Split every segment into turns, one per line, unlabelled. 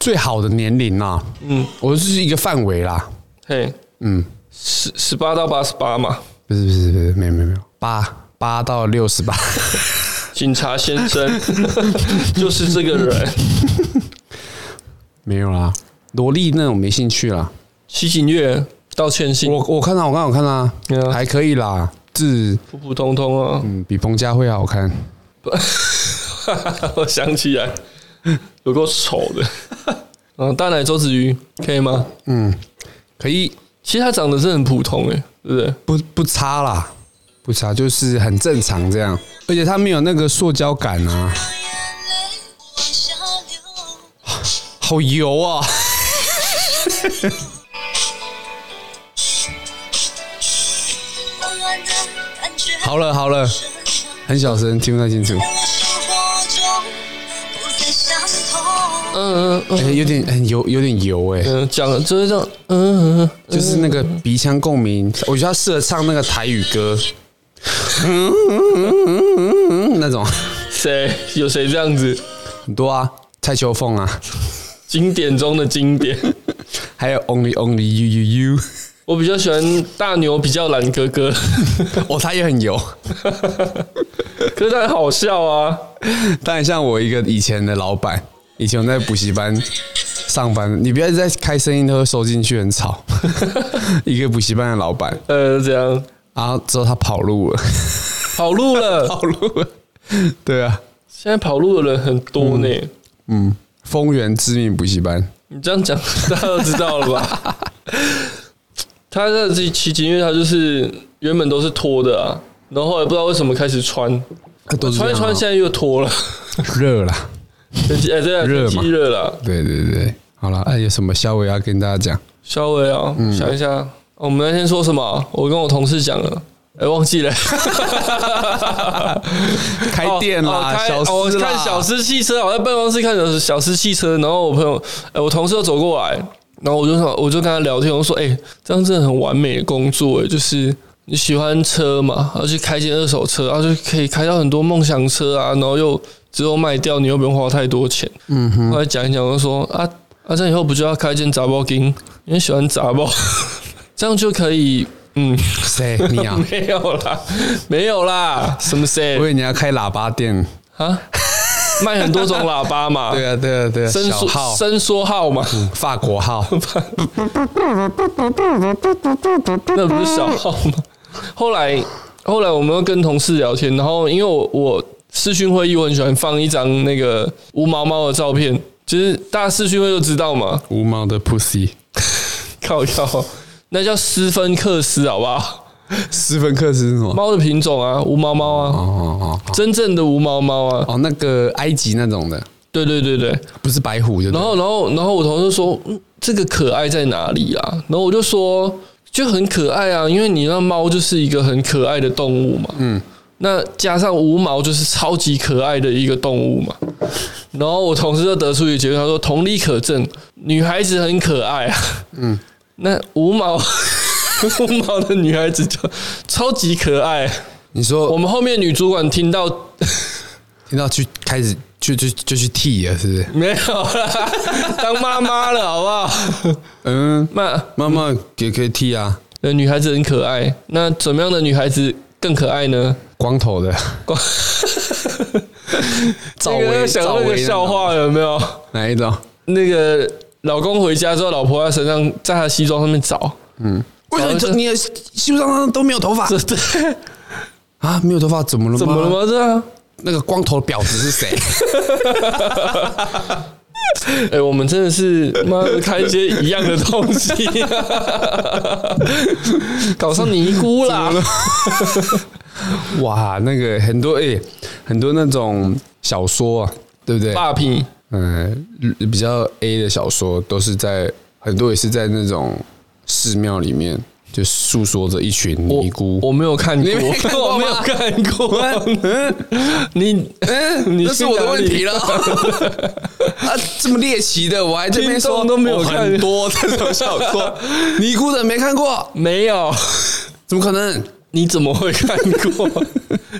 最好的年龄啦，嗯，我是一个范围啦，
嘿，嗯，十十八到八十八嘛，
不是不是不是，没有没有没有，八八到六十八，
警察先 生就是这个人。
没有啦，萝莉那种没兴趣啦。
西景月道歉信
我我看到我刚好看啦
对，啊
还可以啦，字
普普通通啊，
嗯比彭佳慧好看，
我想起来，有够丑的。 嗯，大奶周子瑜可以吗？
可以
其实他长得是很普通诶、对不对？
不不差啦，不差就是很正常这样，而且它没有那个塑胶感啊，好油啊！ 好了好了，很小声，听不太清楚，
嗯嗯
哎、有点很油，有点油哎、
嗯，讲了就是这样，嗯嗯嗯，
就是那个鼻腔共鸣，我觉得他适合唱那个台语歌， 那种
谁有谁这样子？
很多啊，蔡秋凤啊，
经典中的经典，
还有 Only Only You You You，
我比较喜欢大牛，比较懒哥 哥，
哦，他也很油。
可是他很好笑啊。
当然，像我一个以前的老板，以前我在补习班上班，你不要再开声音，都会收进去，很吵。 一个补习班的老板，
呃，这样
然后之后他跑路了，
跑路 了，
跑路了。对啊，
现在跑路的人很多呢。
嗯，丰原知名补习班，
你这样讲，大家都知道了 吧？他在这期间，因为他就是原本都是脱的啊，然后后来不知道为什么开始穿，
啊都是这
穿一
样啊
穿，现在又 脱了。
热啦。
天气哎，对啊，
热
天
嘛
气热了。
对对对，好了，哎、有什么消委要跟大家讲？
稍微啊，
嗯
想一下，哦我们那天说什么？啊我跟我同事讲了，哎，忘记了。
开店
哦
啦，
哦开
小
哦
吃啦，
看小吃汽车，啊我在办公室看小吃小吃汽车，然后我朋友，哎，我同事又走过来，然后我就想，我就跟他聊天，我说，哎，这样真的很完美的工作，哎，就是。你喜欢车嘛，然后去开一些二手车，然后就可以开到很多梦想车啊，然后又之后卖掉，你又不用花太多钱。嗯哼。后来讲一讲，我就说啊啊，这样以后不就要开一间杂包厅？因为喜欢杂包， 这样就可 以。嗯，
谁你啊？
没有啦，没有啦，什么谁
我以？为你要开喇叭店。
啊，卖很多种喇叭嘛，
对啊，对啊，对啊，
伸
小
缩
号，嗯
伸缩号嘛，
法国 号，
那不是小号吗？后来后来我们又跟同事聊天，然后因为我我视讯会议我很喜欢放一张那个无毛猫的照片，就是大家视讯会就知道嘛，
无毛的 pussy，
靠靠，那叫斯芬克斯好不好？
斯芬克斯是什么？
猫的品种啊，无毛猫啊，
哦哦哦
真正的无毛猫啊，
哦，那个埃及那种的，
对对对对，
不是白虎就对
然后，然后，然后我同事说：“嗯，这个可爱在哪里啊？”然后我就说：“就很可爱啊，因为你那猫就是一个很可爱的动物嘛。嗯，那加上无毛就是超级可爱的一个动物嘛。”然后我同事就得出一个结论，他说：“同理可证，女孩子很可爱啊。”嗯，那无毛 无毛的女孩子就超级可爱。
你说
我们后面女主管听到
听到去开始就就就去剃了，是不是？
没有啦？当妈妈了好不好？
嗯，
那。
妈妈也可以剃啊，
呃，女孩子很可爱。那怎么样的女孩子更可爱呢？
光头的，
光
赵
那
薇，
个想
赵
到那
薇
个
那
笑
种
话有没有？
哪一种？
那个老公回家之后，老婆在身上，在他西装上面找，
为
什么这
你的西服上都没有头发
这这
啊？没有头发怎么了吗？
怎么了？吗？这啊样？
那个光头婊子是谁？
哎、我们真的是妈的开一些一样的东西、啊 搞上尼姑 啦！
哇，那个很多哎、很多那种小说啊，对不对？
霸屏
嗯，比较 A 的小说都是在很多也是在那种寺庙里面，就诉说着一群尼姑。
我没有看过，
你没看过吗
我没有看过。你
嗯
你
那是我的问题了。 啊，这么猎奇的，我还这边
听
说
众都没有
我
看
很多这种小 说，尼姑的没看过，
没有？
怎么可能？
你怎么会看 过？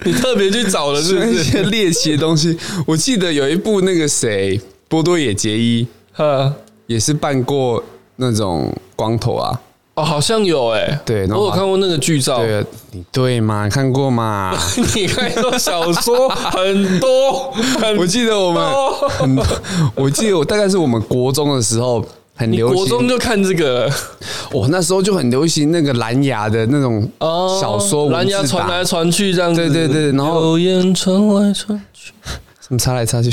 你特别去找了是不
那
是？
些猎奇的东西，我记得有一部那个谁，波多野结衣，
嗯，
也是办过那种光头啊。
哦，好像有哎、
对然后
我有看过那个剧照。
对啊，你对嘛？看过 嘛？
你看过小说很 多，很
我记得我们
多
很，我记得我大概是我们国中的时候很
你
流行
国中，就看这个了
我那时候就很流行那个蓝牙的那种
哦，
小说文
蓝牙
字
传
档
来传去这样子，
对对对然后
流言传来传去，
什么插来 插去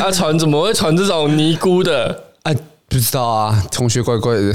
啊传怎么会传这种尼姑的？
啊，不知道啊，同学怪怪的，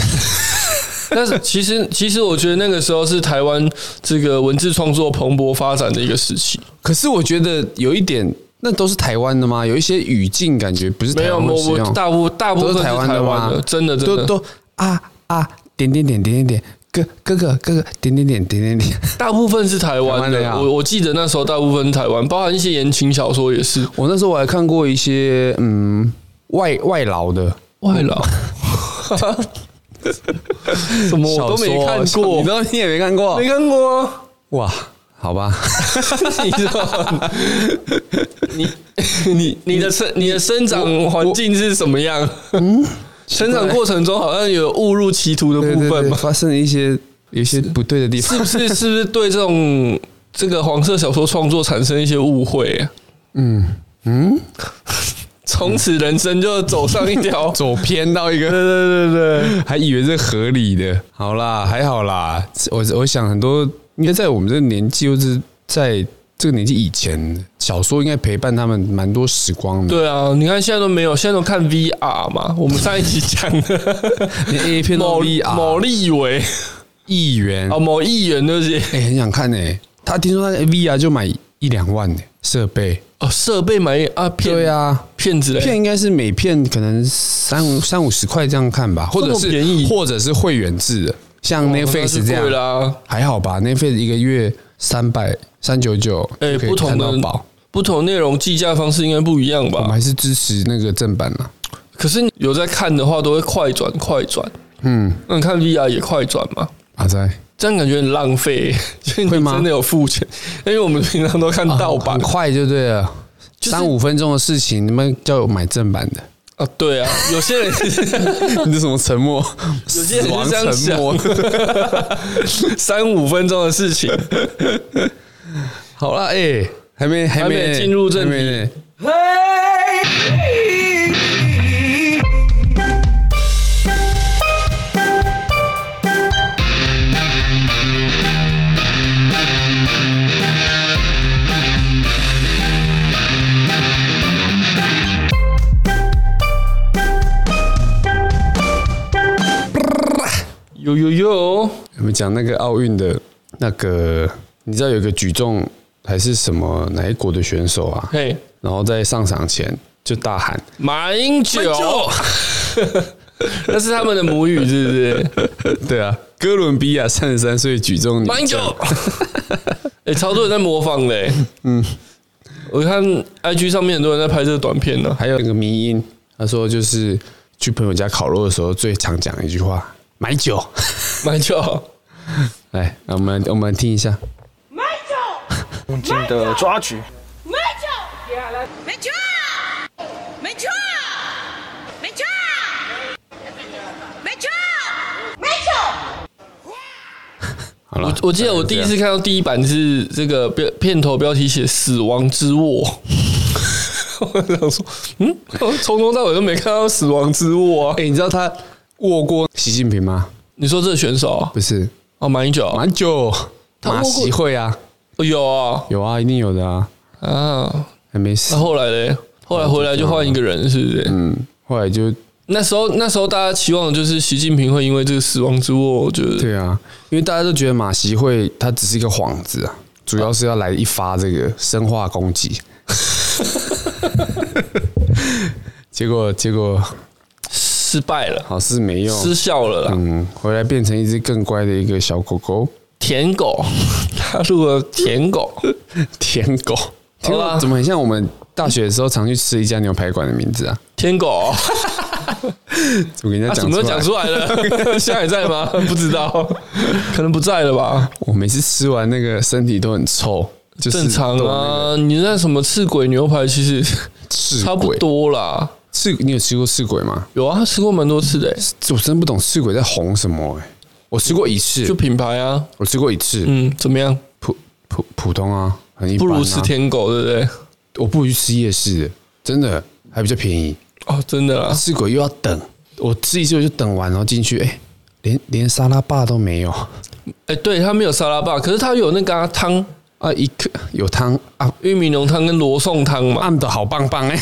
但 是其实其实我觉得那个时候是台湾这个文字创作蓬勃发展的一个时期。
可是我觉得有一点，那都是台湾的吗？有一些语境感觉不是
没
台
有，
湾会
我
使
我
用，
大部大部分
都
是
是台
台
湾的
湾的，
吗
真的真
都
的，
都啊啊点点点点点点，哥哥哥哥哥点点点点点点。
大部分是台
台
湾
湾
的
的。呀
我我记得那时候大部分是台湾，包含一些言情小说也是
我那时候我还看过一些嗯外外劳的
外劳。嗯 什么我都没看
小说
过
你，都你也没看过
没看过啊。
哇？好吧，
你知道，你 你你的生你的嗯生长环境是什么样？生长过程中好像有误入歧途 的
对
部
对
分
对，
嘛？
发生了一些有一些不对的地方
是。不是是不是对这种这个黄色小说创作产生一些误会、啊？
嗯嗯，
从此人生就走上一 条
走偏到一个，对对对对，还以为是合理的。好啦，还好啦，我我想很多应该在我们这个年纪，或是在这个年纪以前，小说应该陪伴他们蛮多时光的。
对啊，你看现在都没有，现在都看 VR 嘛。我们上一集讲的
连 A 片
某
都 VR
某立委
议员，
哦，某议员对不起
哎、很想看呢、他听说他 VR 就买一两万呢、设备。
哦，设备买啊骗
对啊，
骗子嘞，
片应该是每片可能三五三五十块这样看吧，或者
这么便宜
是或者是会员制的，像
哦是
Netflix 这
贵
样
啦。
还好吧？Netflix 一个月三百三九九，
哎
就可以
不同
看
的啊
到宝，
不同内容计价方式应该不一样
我们
吧？
还是支持那个正版啊啦。
可是你有在看的话，都会快转快转。
嗯，
那你看 VR 也快转嘛？
阿仔
这样感觉很浪费、就是你
会吗哦
真的有付钱，因为我们平常都看盗版
很快就对了，
就是
三五分钟的事情，你们叫我买正版 的。
啊。对啊，有些人
你这什么沉默？
有些人
死
是
亡
这样
沉默。
三五分钟的事情，
好了，哎、还没还
还没进入正题
还没呢
Hey!
有有有，
我们讲那个奥运的那个，你知道有个举重还是什么哪一国的选手啊？
嘿，
然后在上场前就大 喊，
马英九， 那是他们的母语，是不是？
对啊，哥伦比亚三十三岁举重女
马英九
将，，
哎，超多人在模仿嘞、嗯，我看 IG 上面很多人在拍这个短片呢、
还有那个迷音，他说就是去朋友家烤肉的时候最常讲的一句话，买酒。
马英九。
啊来，我们我们听一下，
买酒，
用劲的抓举，
买酒，接下来，没错，没错，没错，没错，没错。
好了
我，我记得我第一次看到第一版是这个标片头标题写“死亡之握”， 我想说，嗯，我从头到尾都没看到“死亡之握”啊。
哎、你知道他握过习近平吗？
你说这个选手啊
不是，
哦，马英九啊
马英九，
握过
马习会啊，
哦有啊
有啊，一定有的啊，
啊，
还没死
那。后来嘞，后来回来就换一个人，是不是？
嗯，后来就
那时候那时候大家期望的就是习近平会因为这个“死亡之握”，我觉得
对啊，因为大家都觉得马习会他只是一个幌子啊，主要是要来一发这个生化攻 击。结果结果
失败了，
好似没
失
用，
效了啦。
哦嗯，回来变成一只更乖的一个小狗狗，
舔狗， 大陆的舔狗，
舔狗。舔
好
狗
吧
怎么很像我们大学的时候常去吃一家牛排馆的名字啊？
舔狗。
我跟人家
啊，怎
讲出
么
来，
又讲出来了？ 现在还在 吗？不知道，可能不在了吧。
我每次吃完那个身体都很臭，就是
正常啊
都有那个
啊，你那什么赤鬼牛排其实
赤
差不
鬼
多啦，
赤，你有吃过赤鬼吗？
有啊，吃过蛮多次的、欸，
我真不懂赤鬼在红什么哎、我吃过一次
就，品牌啊，
我吃过一次，
嗯，怎么样？
普普普通啊，很一
不
般、啊。
如吃天狗，对不对？
我不如去吃夜市的，真的还比较便宜。
哦，真的啊，
赤鬼又要等，我吃一次我就等完，然后进去，哎、连连沙拉霸都没有
哎、对，它没有沙拉吧，可是它有那个啊汤、
啊，一克有汤啊，
玉米浓汤跟罗宋汤嘛，
按的好棒棒哎、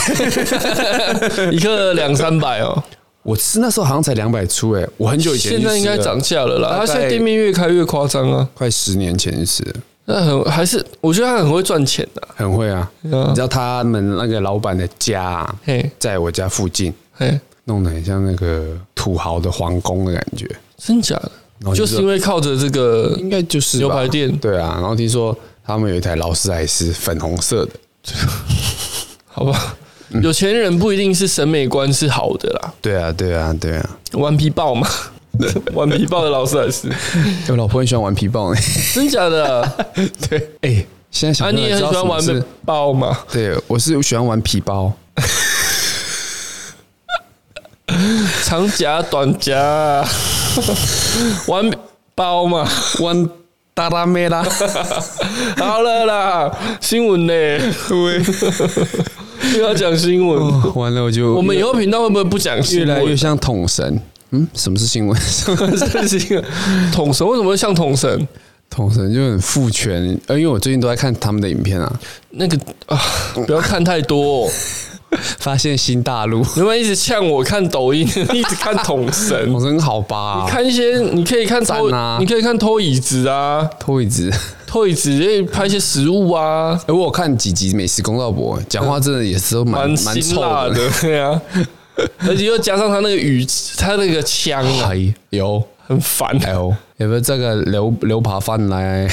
一个两三百哦。
我吃那时候好像才两百出哎、我很久以前
现在应该涨
长
价了啦，
大
它
概
现在店面越开越夸张啊。
快十年前是了。
那很还是，我觉得他很会赚钱的、啊。
很会啊，
啊
你知道他们那个老板的家、啊
嘿，
在我家附近，
哎，
弄得很像那个土豪的皇宫的感觉，
真假的
然后？就
就是是因为靠着这个
应该就是吧
牛排店
对啊。然后听说他们有一台劳斯莱斯，粉红色的，
好吧，
嗯
有钱人不一定是审美观是好的啦，
对啊，对啊，对啊。
顽皮豹嘛， 顽皮豹的劳斯莱斯，
我老婆很喜欢玩皮欸豹 呢，
真假的？
对，哎、现在想
啊，
到
你也很喜欢玩
知道什么
的
是
豹嘛？
对，我是喜欢玩皮包，
长夹、短夹，玩包嘛？
玩达拉妹啦，
好了啦，新闻呢？
对，
又要讲新闻。
完了我就
我们以后频道会不会不讲新
越
闻？
来越像桶神。嗯，什么是新闻？
这是一个统神，为什么会像统神？
桶神就很父权，呃，因为我最近都在看他们的影片啊，
那个啊，不要看太多、 哦，
发现新大 陆，
你们一直呛我看抖音， 一直看统神
桶，神好吧、
看一些你可以看偷，
赞啊
你可以看偷椅子啊，
拖椅子。
偷椅子可以拍一些食物啊，
哎、我有看几集《美食公道博》，讲话真的也是都蛮
蛮
蛮
辛
臭
辣
的。
的，对 啊，而且又加上他那个语气，他那个腔啊，
哎，有
很烦。
有有没有这个牛牛扒饭来？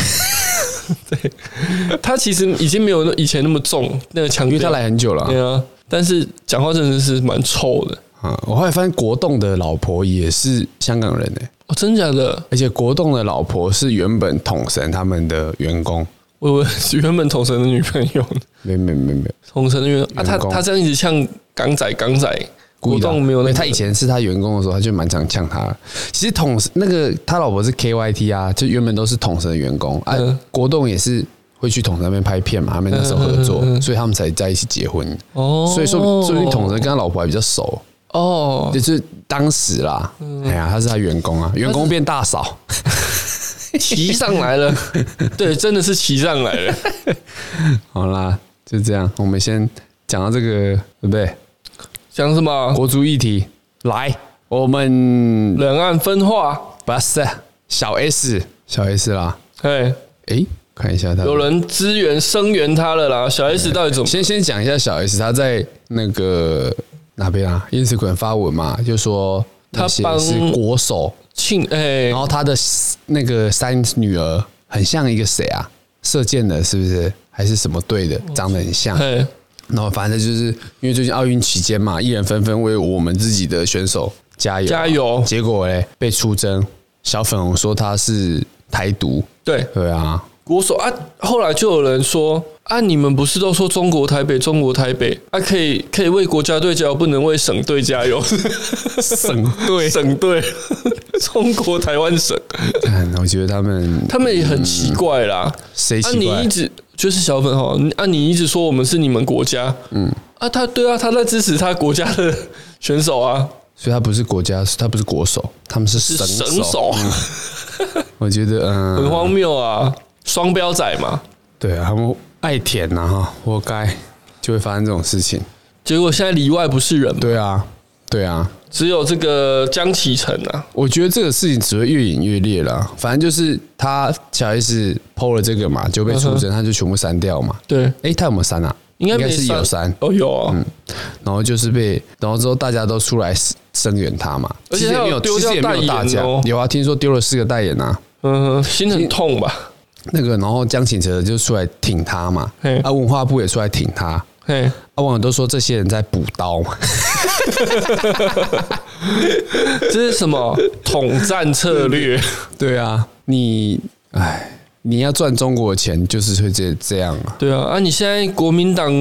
他其实已经没有那以前那么重那个腔调，
因为他来很久了啊、
对啊，但是讲话真的是蛮臭的。
啊，我后来发现国栋的老婆也是香港人呢、欸
哦，真假的？
而且国栋的老婆是原本统神他们的员工，
我我原本统神的女朋友，
没没没没，
统神的女朋友啊，她
员工
她这样一直像港仔港仔，
故
果
意的啊
冻没有
因
那
为
个
他以前是他员工的时候，他就蛮常呛他的。其实统神那个他老婆是 KYT 啊，就原本都是统神的员工，啊
嗯，
国栋也是会去统神那边拍片嘛，他们那时候合作
嗯嗯嗯，嗯
所以他们才在一起结婚。
哦，
所以说，说不定统神跟他老婆还比较熟，
哦
就，是当时啦，
嗯
哎呀，他是他员工啊，员工变大嫂，
骑上来 了，对，真的是骑上来了。
好啦，就这样，我们先讲到这个，对不对？
讲什么？
国足议题，来，我们
两岸分化，
不是小 S，小 S 啦，
哎，
诶，看一下他，
有人支援声援他了啦。小 S 到底怎么？
先先讲一下小 S，他在那个哪边啊？Instagram 发文嘛，就说
他
那些
帮
是国手，
庆哎
然，后他的那个三女儿很像一个谁啊？射箭的，是不是？还是什么队的？长得很像。
哎，
然后反正就是因为最近奥运期间嘛，艺人纷纷为我们自己的选手加油啊
加油
结果嘞被出征，小粉红说他是台独，
对，
对 啊，
国手啊，后来就有人说啊，你们不是都说中国台北，中国台北啊，可以可以为国家队加油，不能为省队加油，
省队
省 队，中国台湾省，
看， 我觉得他们
他们也很奇怪啦。
谁
啊，
奇
你
怪？
一直就是小粉红，啊，你一直说我们是你们国家，嗯，啊，他对啊，他在支持他国家的选手啊，
所以他不是国家，他不是国手，他们是
是
省
省 手，
我觉得嗯，
很荒谬啊，双标仔嘛。
对啊，他们爱舔呐、哈，活该就会发生这种事情。
结果现在里外不是人，
对啊，对啊，
只有这个江启程啊，
我觉得这个事情只会越演越烈啦。反正就是他小 S 剖了这个嘛，就被出征，他就全部删掉嘛。
对，
诶，他有没有删啊？
嗯应该没
是有
删
删，
哦，有啊，
然后就是被，然后之后大家都出来声援他嘛。
而
其
且
实也没有，
他有丢
其实也没有
掉代
大
言
家
哦
有啊，听说丢了四个代言啊。
嗯，心很痛吧？
那个，然后江启哲就出来挺他嘛
嘿，
啊，文化部也出来挺他，
嘿，
啊，网友都说这些人在补刀 嘛，
这是什 么统战策略？
对啊，你哎，你要赚中国的钱，就是会这这样啊。
对啊，啊，你现在国民党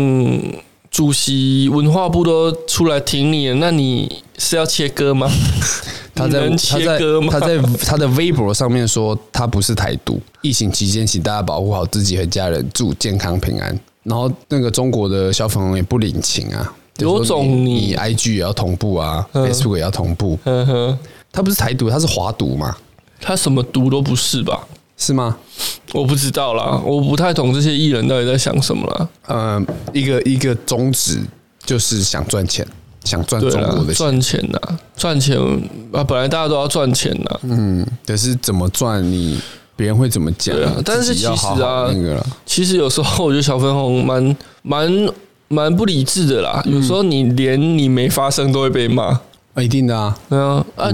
主席文化部都出来挺你了，那你是要切割吗？
他
你
在
能
他
切
在
割吗？
他在他的微博上面说，他不是台独。疫情期间，请大家保护好自己和家人，祝健康平安。然后那个中国的消防员也不领情啊，就说
有种
你
你
你 IG 也要同步啊、
嗯
f a c e b o o k 也要同步。
呵呵，
他不是台独，他是华独嘛？
他什么毒都不是吧？
是吗？
我不知道啦，我不太懂这些艺人到底在想什么啦。
呃，一个一个宗旨就是想赚钱，想赚
对
中
啦
国的，钱。
赚钱呐，赚钱啊，本来大家都要赚钱呐。
嗯，可是怎么赚你，别人会怎么讲
对啊？但是
自己要
其实
好好
啊
那个了，
其实有时候我觉得小粉红蛮蛮蛮不理智的啦，
嗯
有时候你连你没发声都会被骂。
啊一定的啊。
对啊，啊，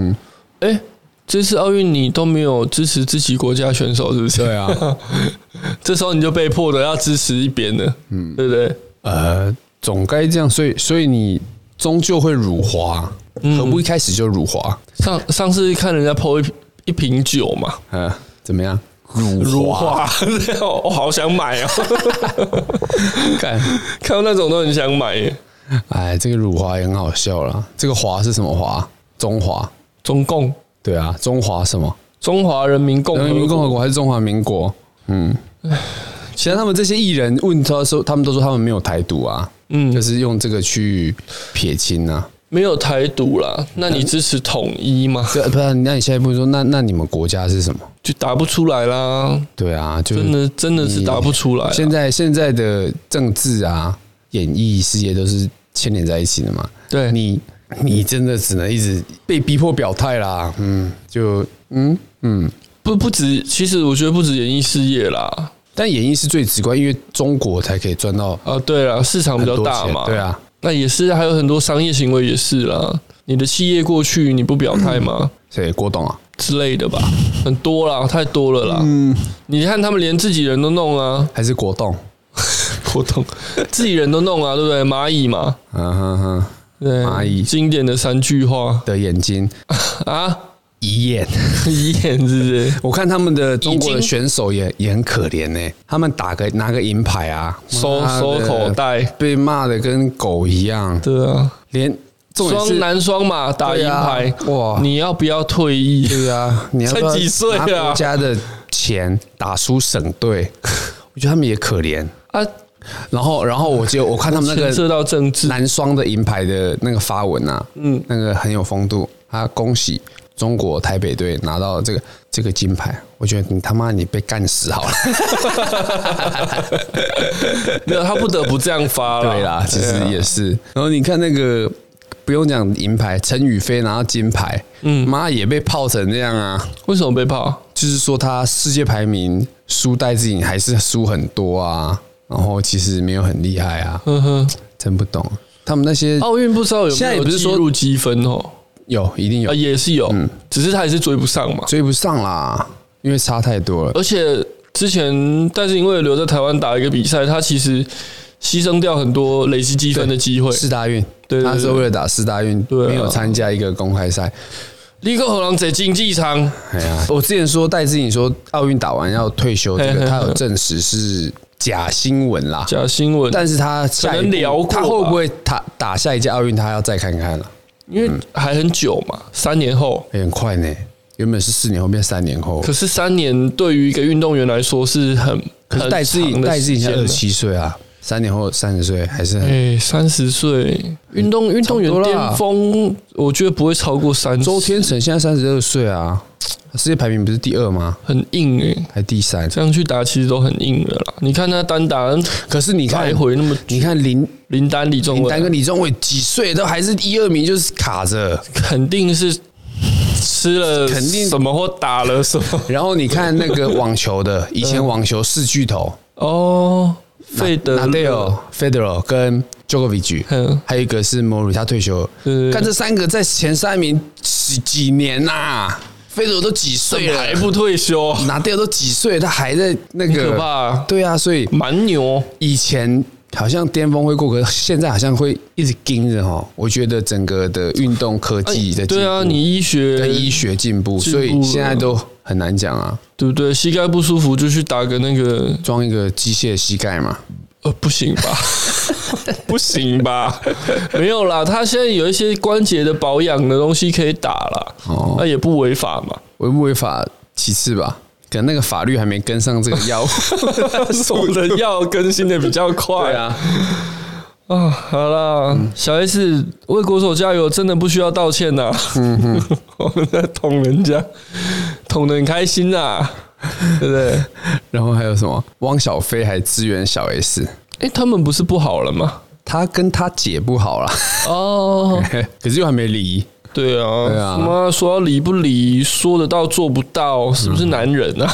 哎、这次奥运你都没有支持自己国家选手，是不是？
对 啊，
这时候你就被迫的要支持一边的，嗯，对不对？
呃，总该这样，所以所以你终究会辱华，
嗯
何不一开始就辱华？
上上次看人家泼一瓶一瓶酒嘛，
呃，怎么样？辱
如 花， 我好想买哦，看 看到那种都很想买耶。
哎，这个辱华也很好笑啦。这个华是什么华？中华。
中共，
对啊，中华什么？
中华人民共
人
和
嗯民共
哦国，
和国还是中华民国？嗯，其实他们这些艺人问他说，他们都说他们没有台独啊，
嗯
就，是用这个去撇清啊。
没有台独啦。那你支持统一吗？
对，不然那你下一步说，那那你们国家是什么？
就答不出来啦，
对啊，就
真的真的是答不出来啦。啊
现在现在的政治啊，演艺事业都是牵连在一起的嘛。
对
你你真的只能一直被逼迫表态啦。嗯，就嗯嗯，
不不止，其实我觉得不止演艺事业啦，
但演艺是最直观，因为中国才可以赚到
啊，对啦，市场比
很
较
多
大
钱
嘛，
对，啊，
那也是还有很多商业行为也是啦。你的企业过去你不表态吗？
谁郭董啊？
之类的吧，很多啦，太多了啦。嗯，你看他们连自己人都弄啊，
还是国栋？
活动自己人都弄啊，对不对？蚂蚁嘛，
嗯哼哼，
对，
蚂蚁
经典的三句话
的眼睛
啊，
一眼。
遗言是不是？
我看他们的中国的
已经
选手也也很可怜呢、他们打个拿个银牌啊，
收
妈的
收口袋
被骂的跟狗一样，
对啊，
连重点
双
是
男双马打银
对啊
牌，
哇
你要不要退役？
对啊， 你要不要
才几岁啊
拿国家的钱打输省队， 我觉得他们也可怜。
啊，
然后，然后我就我看他 们那
牵涉
个
到政 治，
男双的银牌的那个发文啊，嗯，那个很有风度啊，恭喜中国台北队拿到这个这个金牌。我觉得你他妈你被干死 好了。
没有他不得不这样发了。
对啊啦，其实也是。然后你看那个不用讲银牌，陈宇飞拿到金牌，嗯，妈也被泡成这样啊。
为什么被泡？
就是说他世界排名输戴志颖还是输很多啊，然后其实没有很厉害啊，
呵呵，
真不懂他们那些
嗯奥运不知道有
现在
没
也
有
不是
计
说
入积分哦，
有一定有
啊，
嗯
也是有，只是他也是追不上嘛。
追不上啦，因为差太多了。
而且之前，但是因为留在台湾打一个比赛，他其实牺牲掉很多累积积分的机会。
四大运，
对对对
他是为了打四大运，
对啊
没有参加一个公开赛。
立刻和狼贼竞技场，
哎呀，我之前说戴志颖说奥运打完要退休，这
啊嘿嘿
个
嘿
他有证实是假新闻啦。
假新闻。
但是他下一
可能聊
步
过吧啊
他会不会打打下一届奥运，他要再看看了、
因为还很久嘛，三年后。
哎很快呢。原本是四年后变三年后，
可是三年对于一个运动员来说是很
可是戴志颖，戴志颖才二
二
十，七岁啊，三年后三十岁还是很。
哎，三十岁运动运
差
动员
不多啦
巅峰，我觉得不会超过三。
周天成现在三十二岁啊，世界排名不是第二吗？
很硬哎、
还第三？
这样去打其实都很硬的啦。你看他单打
可是你看
来，回那么，
你看林
林丹、李宗
林
伟
丹跟李宗伟几岁都还是一二名，就是卡 着。
肯定是吃了
肯定
什么或打了什么
然后你看那个网球的，以前网球四巨头，
哦。费德
纳
勒
德尔、Federer 跟 Djokovic，
嗯
还有一个是 Murray，他退休
对。
看这三个在前三名几几年呐、啊？费德勒都几岁了，
还不退休，
拿掉都几岁了，他还在那
很
个
可怕、啊，
对啊，所以
蛮牛。
以前好像巅峰会过，可是现在好像会一直盯着哈。我觉得整个的运动科技的进步
对啊，你医学
跟医学进步，
进
所
步了
以现在都很难讲啊。
对不对？膝盖不舒服就去打个那个
装一个机械膝盖嘛，
呃，不行吧， 不行 吧，没有啦，他现在有一些关节的保养的东西可以打啦，
哦
那也不违法嘛。
违不违法其次吧，可能那个法律还没跟上这个药
手的药更新的比较快
对啊，
啊，好啦，小 S 为国手加油，真的不需要道歉呐、 我们在捅人家，捅的很开心呐、对不对？
然后还有什么？汪小菲还支援小 S，
哎、他们不是不好了吗？
他跟他姐不好啦，
哦，
可是又还没离。
对啊，
对啊
什么说要离不离，说得到做不到，是不是男人啊？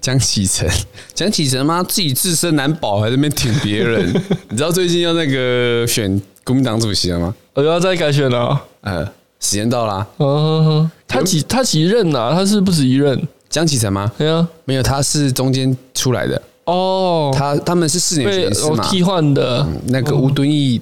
江启程，江启程妈自己自身难保，还在那边挺别人。 你知道最近要那个选国民党主席了吗？
我哦要再改选了、啊。
呃，时间到啦。
嗯，他几他几任呐、啊？他是不止一任？
江启程吗？
对啊，
没有，他是中间出来的。
哦，
他他们是四年
被
前是
我
嘛？
替换的
那个吴敦义，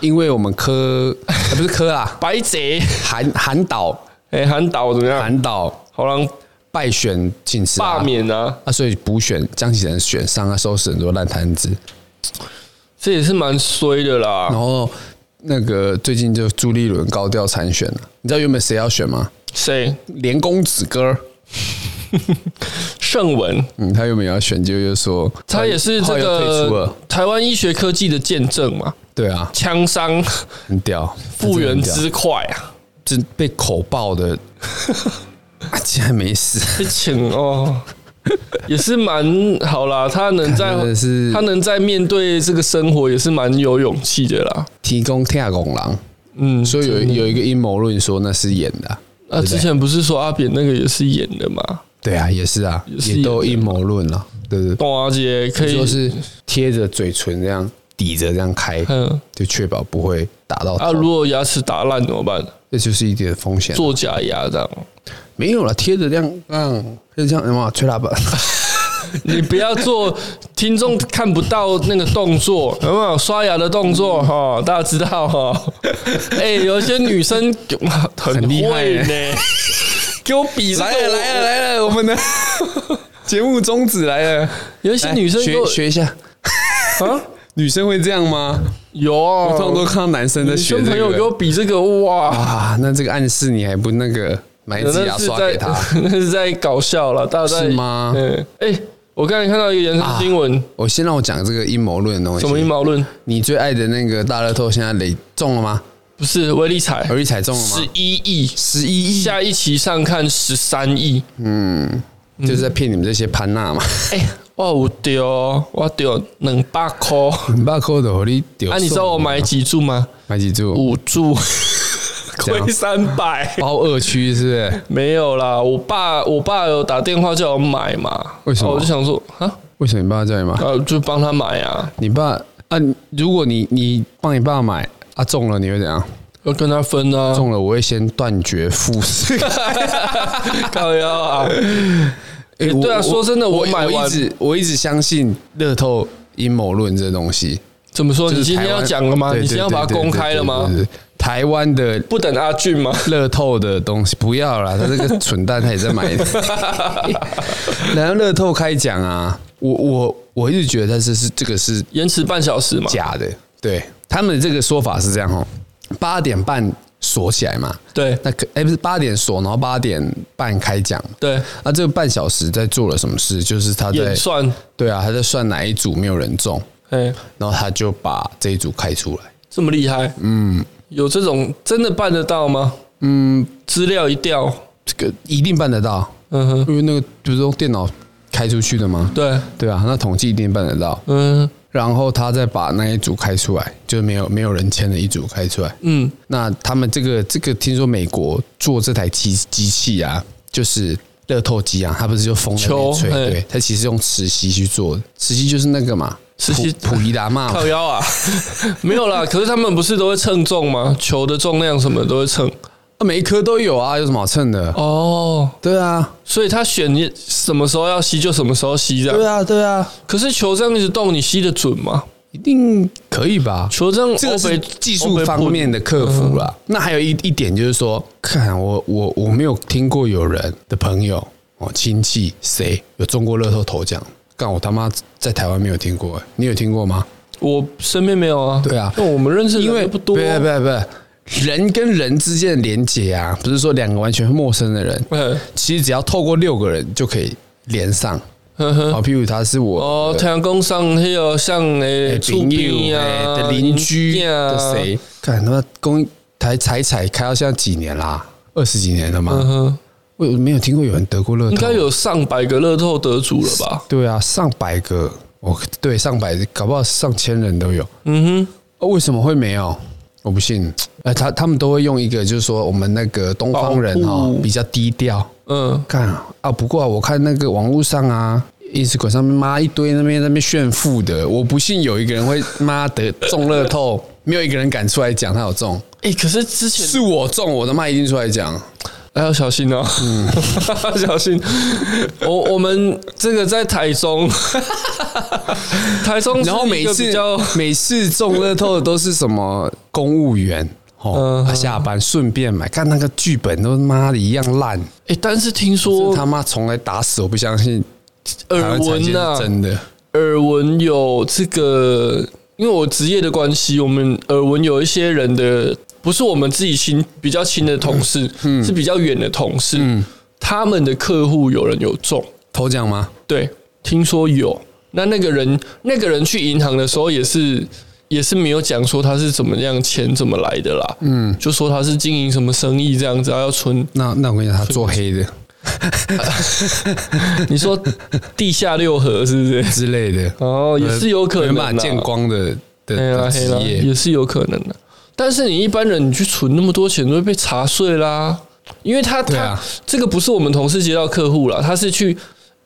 因为我们科、呃不是科啦，
白贼。
韩韩导
哎，韩导怎么样？
韩导
好狼
败选请辞啊
罢免啊，
啊，所以补选江启程选上，他啊收拾很多烂摊子。
这也是蛮衰的啦
然。后那个最近就朱立伦高调参选了，你知道原本谁要选吗？
谁？
连公子哥，
盛文，
嗯，他原本要选，就就说
他也是这
后来又退出
个
了，
台湾医学科技的见证嘛，
对啊，
枪伤
很屌，
复原
他真的
之快啊，
很屌，这被口爆的， 啊，竟然没死，
这请哦。也是蛮好啦，他能在
真的是
他能在面对这个生活，也是蛮有勇气的啦。
提供天下拱狼，
嗯，
所以有有一个阴谋论说那是演的啊、
啊，之前不是说阿扁那个也是演的嘛？
对啊，也是啊，
是
也都有阴谋论了，对对对，
董阿姐可以
就是贴着嘴唇这样抵着这样开，
嗯
就确保不会打到头
啊，如果牙齿打烂怎么办？
这就是一点风险啊。
做假牙这样，
没有了，贴着这样，嗯，就这样，什么吹喇叭，
你不要做听众看不到那个动作，有没有刷牙的动作？
嗯
哈、大家知道哈、 哎、有一些女生很
很厉害
会呢， 给我比这个
来了来了，来了，我们的 节目宗旨来了。
有一些女生
来
给
学
我
学一下，
啊，
女生会这样吗？
有啊，
我通常都看到男生在
女
学
生
这
朋友给我
个
比这个哇。
啊，那这个暗示你还不那个买一支
那
牙
是
刷
在
给他
那是在搞笑了，大家在
是吗啊
嗯，哎、我刚才看到一个延伸新闻，
我先让我讲这个阴谋论的东西。
什么阴？谋论？
你最爱的那个大乐透现在累中了吗？
不是威力彩
而一彩中了
十
吗？
一亿，
十一亿，
下一期上看十三亿。
就是在骗你们这些潘娜嘛。
哎、我有哦丢，我丢两百块。
很巴扣的，你丢。
啊，你知道我买几注吗？
买几注？
五 注，
这样
亏三百。
包二区是不是？
没有啦，我爸我爸有打电话叫我买嘛，
为什么
啊我就想说啊，
为什么你爸叫你买？
呃，就帮他买啊，
你爸啊，如果你你帮你爸买啊中了，你会怎样？
要跟他分啊，
中了我会先断绝父世。
高腰啊。
欸
对啊说真的我买
我
完
一直我一直相信乐透阴谋论这东西。
怎么说？
就
你
是
今天
台湾
要讲了吗？
对
你今天要把它
对对
公
对
开了吗
对？对对台湾的
不等阿俊吗？
乐透的东西不要啦，他这个蠢蛋他也在 买。然后乐透开奖啊，我我我一直觉得他是是这个是
延迟半小时嘛？
假的。对他们这个说法是这样哦，八点半锁起来嘛，
对
那可哎、不是八点锁，然后八点半开奖嘛。
对，
那这个半小时在做了什么事？就是他在
演算，
对啊，他在算哪一组没有人中，
哎，
然后他就把这一组开出来。
这么厉害，嗯，有这种真的办得到吗？
嗯，
资料一调，
这个一定办得到，
嗯哼，
因为那个不是用电脑开出去的吗？
对，
对啊，那统计一定办得到。
嗯
然后他再把那一组开出来，就是没有没有人签的一组开出来。
嗯，
那他们这个这个，听说美国做这台机机器啊，就是乐透机啊，它不是就风在那边
球
吹，
嘿
对，它其实用磁吸去做的，磁吸就是那个嘛，
磁吸
普普仪达嘛，
靠腰啊， 没有啦。可是他们不是都会称重吗？球的重量什么都会称
啊每一颗都有啊，有什么好称的？
哦，
对啊，
所以他选你什么时候要吸就什么时候吸这
对
样。
啊，对啊，
可是球这样一直动，你吸的准吗？
一定可以吧？
球这样
这个
欧
是
北
技术方面的克服
嗯
啦。那还有一一点就是说，看我我我没有听过有人的朋友哦亲戚谁有中过乐透头奖，干我他妈在台湾没有听过、欸，你有听过吗？
我身边没有啊。
对啊
那我们认识的
因
人
为
又不多
不是不是不是，人跟人之间的连接啊，不是说两个完全陌生的人，
嗯
其实只要透过六个人就可以连上。
呵呵
好，譬如他是我
嗯哦，太阳公上迄个像诶
的
厝
朋
边
友
啊
哎的邻居
邻啊
的谁？看他妈公台彩彩开到现在几年啦？二十几年了
嗯
吗？
哼，
我没有听过有人得过乐透，啊
应该有上百个乐透得主了吧？
对啊，上百个，我对上百，搞不好上千人都有。
嗯哼，
哦为什么会没有？我不信。呃，他他们都会用一个，就是说我们那个东方人
保
哦
护
比较低调。
嗯，
看啊，啊不过啊、我看那个网络上啊，Instagram 上面妈一堆那边那边炫富的，我不信有一个人会妈的中乐透，没有一个人敢出来讲他有中，
哎，可是之前
是我中，我的妈一定出来讲。
哎要小心哦， 小心！我我们这个在台 中，台中是
然后每
一个
次
比较
每次中乐透的都是什么公务员哦
嗯，
他下班顺便买，看那个剧本都妈的一样烂，
哎，但是听
我
说
他妈从来打死我不相信台
耳
湾产
闻
线
呐
是，真的。
耳闻有这个，因为我职业的关系，我们耳闻有一些人的，不是我们自己亲比较亲的同事，是比较远的同事，他们的客户有人有中，
头奖吗？
对，听说有。那那个人，那个人去银行的时候也是。也是没有讲说他是怎么样钱怎么来的啦，嗯，就说他是经营什么生意这样子，啊要存。
那那我跟你讲，他做黑 的
你说地下六合是不是？
之类的，
哦，
呃
也是有可
原
能啦
本见光的的
黑啦
的
黑
职
啦，
业
啊也是有可能的。但是你一般人，你去存那么多钱，都会被查税啦。因为他
对
他、
啊
这个不是我们同事接到客户啦，他是去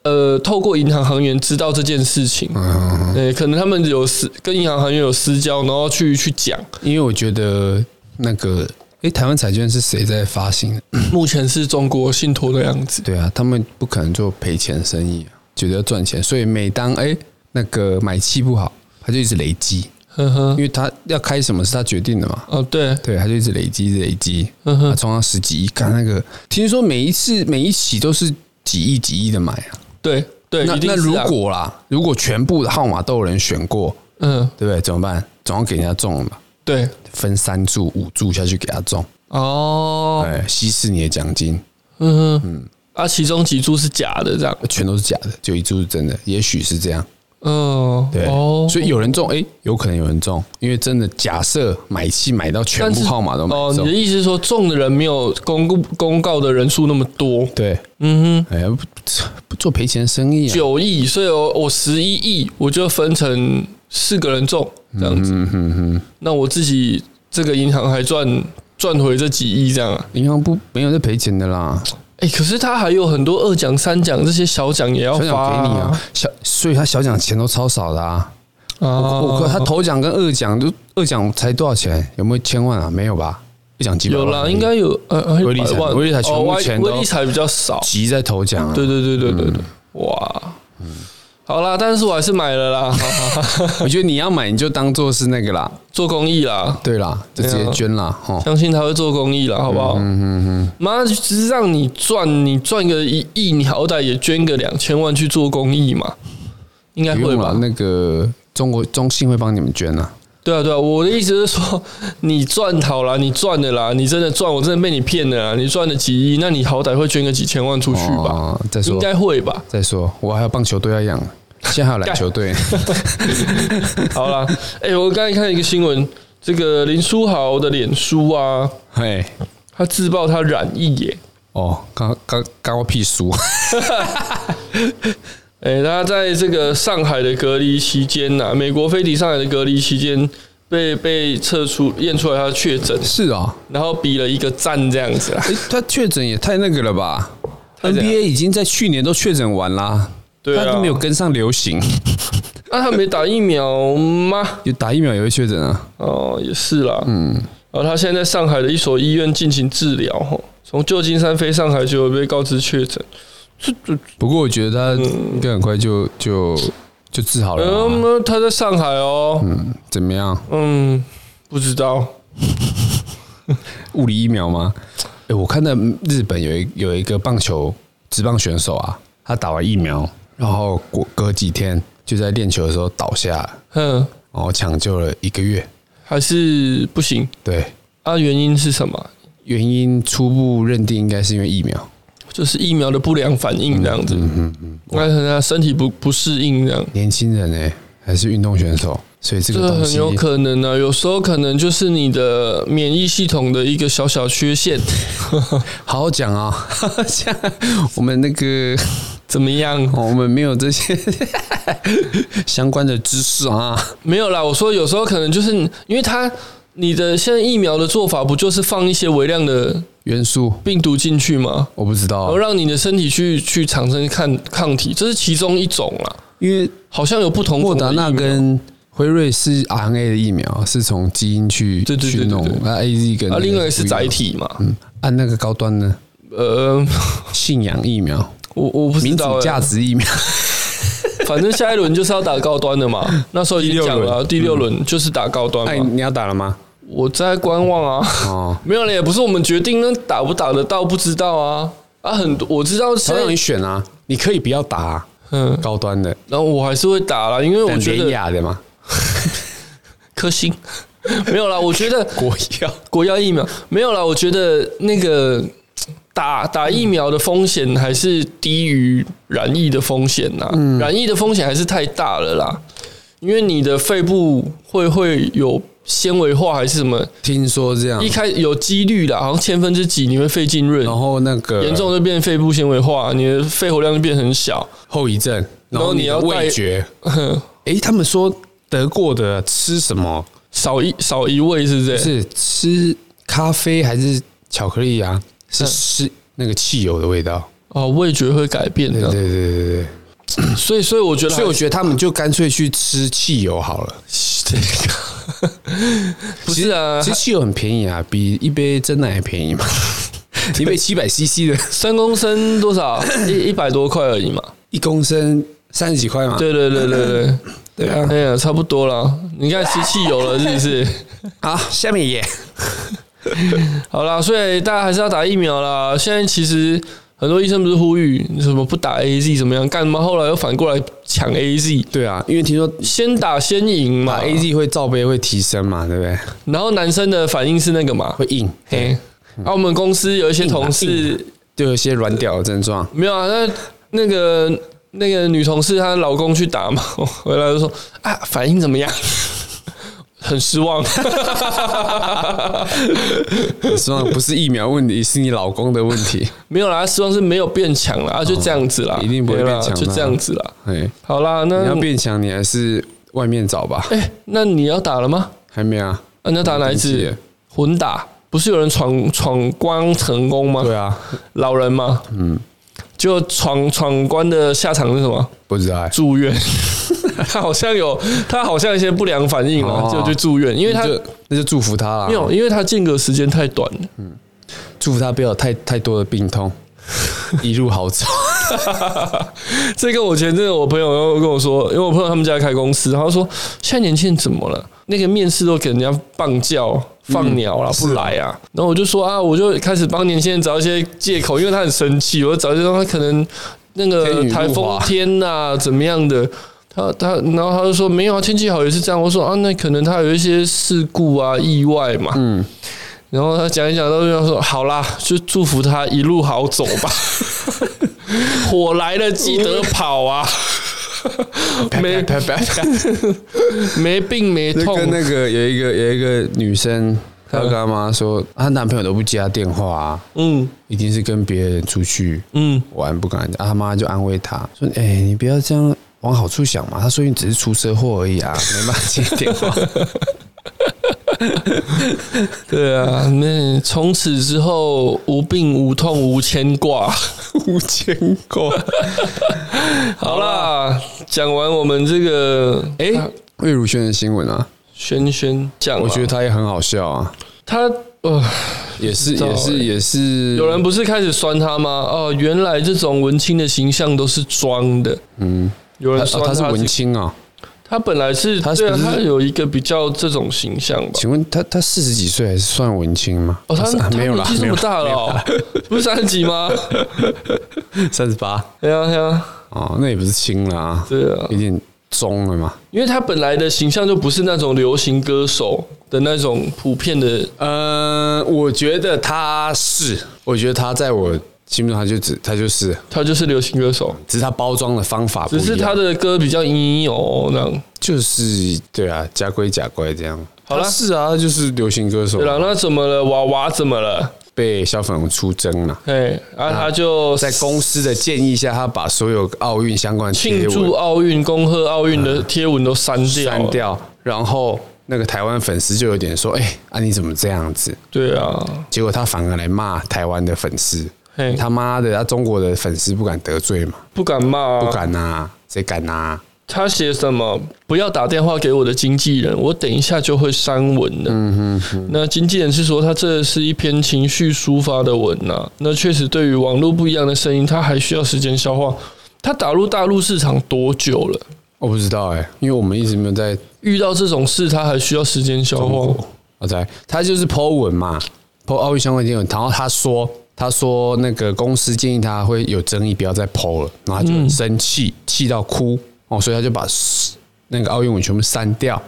呃透过银行行员知道这件事情，嗯、可能他们有私跟银行行员有私交，然后去去讲。
因为我觉得那个，诶，台湾彩券是谁在发行的？
目前是中国信托的样子，
对啊，他们不可能做赔钱生意、啊，觉得要赚钱，所以每当诶那个买气不好，他就一直累积，
呵呵
因，为他要开什么是他决定的嘛。
哦对，
对，他就一直累积，一直累积，
嗯
他
哼，
冲到十几亿，看那个，听说每一次每一期都是几亿几亿的买啊。
对对，
那
一定
那
是
如
啊
果啦，如果全部的号码都有人选过，
嗯
对不对？怎么办？总要给人家中了嘛，
对
分三注、五注下去给他中，
哦，
哎，稀释你的奖金，
嗯哼，啊，其中几株是假的这样，
全都是假的，就一注是真的，也许是这样。
嗯，
对，
哦，
所以有人中，哎，有可能有人中，因为真的假设买气买到全
但
部
是
号码都买
哦，你
中
的，意思是说中的人没有公布公告的人数那么多？
对，
嗯
哎，不不做赔钱生意
哼，
啊，
九亿，所以我我十一亿，我就分成四个人中这样子。
嗯哼哼。
那我自己这个银行还赚赚回这几亿这样啊？
银行不没有在赔钱的啦，
哎、可是他还有很多二奖、三奖这些小奖也要
小
发、
奖给你啊，小所以他小奖钱都超少的啊。
啊！
我靠，他头奖跟二奖都二奖才多少钱？有没有千万啊？没有吧？二奖几百
有
万
啦，应该有呃，
威力彩
百万
威力彩全部
哦威
钱都
威力彩比较少，
急在头奖啊。
对对对对对对，
嗯
哇，好啦，但是我还是买了啦，哈 哈哈
我觉得你要买你就当做是那个啦，
做公益啦，
对啦，就直
啊
接捐啦，哦，
相信他会做公益了，好不好？嗯嗯嗯，妈，只是让你赚，你赚个一亿，你好歹也捐个两千万去做公益嘛，应该
不
会
用
吧
了，？那个中国中信会帮你们捐啦。
对啊，对啊，我的意思是说，你赚好啦，你赚的啦，你真的赚，我真的被你骗了啦，你赚了几亿，那你好歹会捐个几千万出去吧？
哦，再
应
说
该会吧？
再说，我还有棒球队要养，现在还有篮球队，
好啦，哎、我刚才看一个新闻，这个林书豪的脸书啊，
嘿，
他自曝他染疫耶、
哦，刚刚刚我屁书，
哎、他在这个上海的隔离期间呐、美国飞抵上海的隔离期间被被测出验出来他确 诊，
是哦，
然后比了一个赞这样子啦。
诶他确诊也太那个了吧
怎样
？NBA 已经在去年都确诊完啦，
对啊
他都没有跟上流行，
那、啊他没打疫苗吗？
有打疫苗也会确诊啊。
哦，也是啦。嗯，然后他现在在上海的一所医院进行治疗，吼，从旧金山飞上海就有被告知确诊。这这，
不过我觉得他应该很快就就就治好了
嗯
啊。，
他在上海哦。
嗯，怎么样？
嗯，不知道。
物理疫苗吗？哎、我看到日本有一有一个棒球职棒选手啊，他打完疫苗，然后过隔几天就在练球的时候倒下了，
嗯，
然后抢救了一个月。
还是不行
对，
啊？原因是什么？
原因初步认定应该是因为疫苗。
就是疫苗的不良反应这样子，
嗯嗯，
那可能他身体不不适应这样，
年轻人哎、还是运动选手，所以这
这
个东
很
西
有可能啊。有时候可能就是你的免疫系统的一个小小缺 陷，
好好讲啊、 哦。像我们那个，哦
怎么样？
我们没有这些 相关的知识啊。
没有啦，我说有时候可能就是你因为它你的现在疫苗的做法不就是放一些微量的
元素
病毒进去吗？
我不知
然后
道，啊
让你的身体去去产生抗抗体，这是其中一种啦。
因为
好像有不同
莫
种
达
的疫
纳
苗
跟辉瑞是 RNA 的疫苗，是从基因去
对对对
去弄
对对，对
那 AZ 跟
啊，
那
另外一个是
不一样
载，体嘛。
嗯，按那个高端呢，
呃，
信仰疫苗、
我我不知
民
道
主
欸、
价值 疫苗，
反正下一轮就是要打高端的嘛。那时候已经讲了啊、第六轮就是打高端
哎，
嘛。
你要打了吗？
我在观望啊，
哦，
没有嘞，也不是我们决定，那打不打得到不知道啊。啊，很多我知道现
他让你
在，
选啊，你可以不要打啊
嗯，
高端的，
然后我还是会打啦，因为我
但
觉
典
得
雅的嘛，
颗星 没有啦，我觉得
国药
国药疫苗没有啦，我觉得那个打打疫苗的风险还是低于染疫的风险呐、
嗯
染疫的风险还是太大了啦，因为你的肺部会会有纤维化还是什么，
听说这样
一，开有几率啦，好像千分之几你会肺浸润，
然后那个
严重就变肺部纤维化，你的肺活量就变很小，
后遗症，然
然后
后
你
你的
要嗯戴
味 觉，哎，他们说得过的吃什么？
少一少一位是不是？
不是吃咖啡还是巧克力啊？是
嗯
吃那个汽油的味道。
哦，味觉会改变
对
的，
对对对对。
所以所以我觉得还是，
所以我觉得他们嗯就干脆去吃汽油好了。
这个不是 啊，
其实汽油很便宜啊，比一杯真奶还便 宜嘛。一杯七百 CC 的，
三公升 多少？一一百多块而已嘛。
一公升三十几块嘛。
对对对对对，
对啊。
哎呀，差不多了。你看吃汽油了是不是？
好，下面也
好啦，所以大家还是要打疫苗啦。现在其实很多医生不是呼吁你什么不打 A Z 怎么样？干嘛后来又反过来抢 A Z？
对啊，因为听说
先打先赢嘛
打 AZ 会罩杯会提升嘛，对不对？
然后男生的反应是那个嘛，
会嗯硬，
嘿，啊，我们公司有一些同事
就有一些软屌的症 状。
没有啊，那那个那个女同事她老公去打嘛， 我回来就说啊，反应怎么样？ 很失望，
希望不是疫苗问题，是你老公的问题。
没有啦，她失望是没有变强啦，啊就这样子啦，
哦一定不会
对啦
变强的
就这样子啦。
哎，
好啦，那
你要变强，你还是外面找吧。
嗯哎、那你要打了吗？
还没啊？
啊、你要打哪
忘
一
记
支
了？
混打？不是有人闯闯关成功吗？
对啊，
老人吗？嗯，就闯闯关的下场是什么？
不知道欸。
住院。他好像有，他好像一些不良反应了，
哦
就去住院，因为他
那就那就祝福他啦，
没有，因为他间隔时间太短了。
祝福他不要有太太多的病 痛，一路好走。
这个我前阵子我朋友又跟我说，因为我朋友他们家开公司，他说现在年轻人怎么了？那个面试都给人家棒叫放鸟啦，
嗯
不来啊。然后我就说啊，我就开始帮年轻人找一些借口，因为他很生气，我就找一些他可能那
天
个
雨路
台风
滑
天呐、怎么样的。他他，然后他就说没有啊，天气好也是这样。我说啊，那可能他有一些事故啊、意外嘛。嗯。然后他讲一讲，到最后说好啦，就祝福他一路好走 吧。火来了记得跑 啊！没
啪啪啪啪
没病没
就
痛，
跟那个有一个有一个女生，她跟她妈说，她男朋友都不接她电话啊，
嗯
一定是跟别人出去
嗯，
玩，不敢讲。啊她妈就安慰她说：“哎，你不要这样。”往好处想嘛，她说你只是出车祸而已啊，没办法接电 话。
对啊，那从此之后无病无痛无牵 挂。
无牵挂。
好啦，讲完我们这个，哎、
魏如萱的新闻啊，
轩轩讲
我
完，
觉得她也很好笑啊，
他呃，
也是
道
也是
欸
也是
有人不是开始酸他吗？哦，原来这种文青的形象都是装的。嗯，有
他
人酸
他是
这
文青啊、
他本来是
他是
对啊，
不是
他有一个比较这种形象吧。
请问他他四十几岁还是算文青吗？
哦，他
啊
他
没有啦
年纪，这
没有
么哦 大了哦、不是三十几吗？
三十八。
对啊对啊，
哦，那也不是轻了啊，
对啊
有点中了嘛。
因为他本来的形象就不是那种流行歌手的那种普遍的，
呃，我觉得他是，我觉得他在我心目中他就只他就是，
他就是流行歌手，
只是他包装的方法不一
只
样，
是他的歌比较阴哦哦那样。
就是对啊，假鬼假怪这样。
好啦
他是啊，他就是流行歌手
对了，那怎么了？娃娃怎么了？
被小粉红出征了。
哎，啊，他就
在公司的建议下，他把所有奥运相关的贴
庆
文
祝奥运、恭贺奥运的贴文都删掉，
删。掉，然后那个台湾粉丝就有点说：“哎、啊你怎么这样子
对啊？”，
结果他反而来骂台湾的粉丝
嘿，
他妈的，他中国的粉丝不敢得罪嘛，
不敢骂、啊，
不。敢呐、谁敢啊呐、
他写什么？不要打电话给我的经纪人，我等一下就会删文的。啊
嗯
那经纪人是说，他这是一篇情绪抒发的文呐、那确实，对于网络不一样的声音，他还需要时间消化。他打入大陆市场多久了？
我不知道哎、因为我们一直没有在
遇到这种事，他还需要时间消化。
我猜他就是 Po 文嘛，Po 奥运相关新闻，然后他说他说那个公司建议他会有争议，不要再 Po 了，然后他就很生气，气到哭哦，所以他就把那个奥运文全部删掉。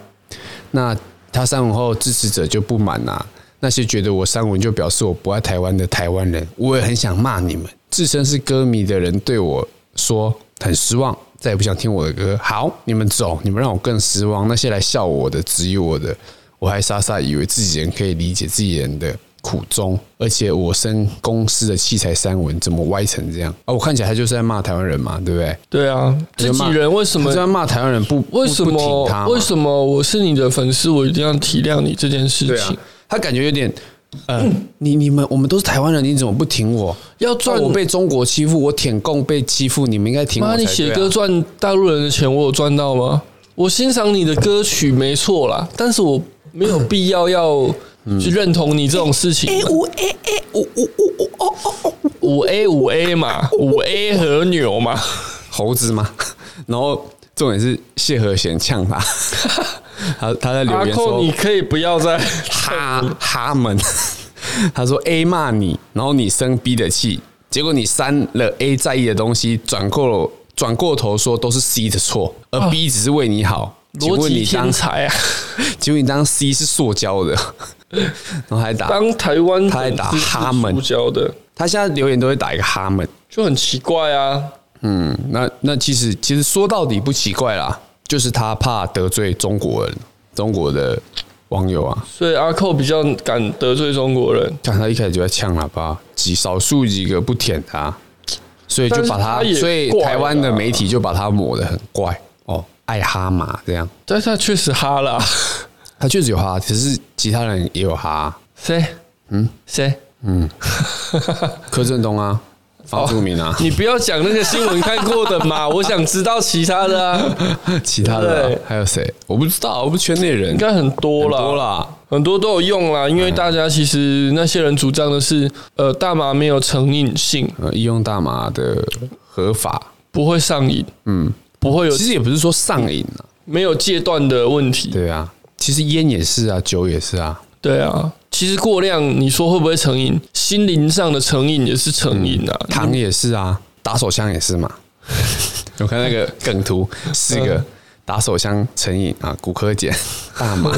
那他删文后，支持者就不满啦、啊那些觉得我删文就表示我不爱台湾的台湾人，我也很想骂你们。自称是歌迷的人对我说很失望，再也不想听我的歌。好，你们走，你们让我更失望。那些来笑我的、质疑我的，我还傻傻以为自己人可以理解自己人的苦衷。而且我升公司的器材删文，怎么歪成这样？啊，我看起来他就是在骂台湾人嘛，对不对？
对啊，自己人为什么
他就在骂台湾人不？不
为什
不挺他嘛
么为什么我是你的粉丝，我一定要体谅你这件事
对啊
情？，
他感觉有点，呃，
嗯
你你们我们都是台湾人，你怎么不挺我？
要赚
那我被中国欺负，我舔共被欺负，你们应该挺我
妈，
才对
你
啊。
写歌赚大陆人的钱，我有赚到吗？我欣赏你的歌曲没错啦，但是我没有必要要
嗯
去认同你这种事
哎
情。五 A A 五五五五哦哦哦，五 A 五 A 嘛，五 A 和牛嘛，
猴子吗？ 然后重点是谢和弦呛他， 他他在留
阿
言
寇，
说
你可以不要再
哈哈们， 他说 A 骂你，然后你生 B 的气，结果你删了 A 在意的东西，转过转过头说都是 C 的错，而 B 只是为你好。请
啊逻
问
辑
你
天
当
才啊！
结果你当 C 是塑胶的， 然后还打
当台湾
他还打
粉丝是
哈们
塑胶的
他现在留言都会打一个哈们，
就很奇怪啊。
嗯，那那其实其实说到底不奇怪啦，就是他怕得罪中国人，中国的网友啊，
所以阿寇比较敢得罪中国人，
看他一开始就在呛喇叭，几少数几个不舔他，所以就把他，
但是他也
所以
怪啊啦
台湾的媒体就把他抹得很怪哦，爱哈嘛这样，
但是他确实哈啊啦。
他确实有哈，只是其他人也有哈，
谁？嗯，谁？
柯震东啊，
哦
方祖名啊，
你不要讲那个新闻看过的 嘛，我想知道其他的啊，
其他的啊
对
还有谁？我不知道，我不是圈内人，
应该很多啦，
很多啦，嗯
很多都有用啦，因为大家其实那些人主张的是，呃，大麻没有成瘾性，
呃，医用大麻的合法，
不会上瘾，嗯，不会有
其实也不是说上瘾啊，
没有戒断的问题，
对啊，其实烟也是啊，酒也是啊，
对啊。其实过量，你说会不会成瘾？心灵上的成瘾也是成瘾啊。
糖也是啊，打手枪也是嘛。 我看那个梗图，四个 打手枪成瘾啊，骨科碱、大 麻，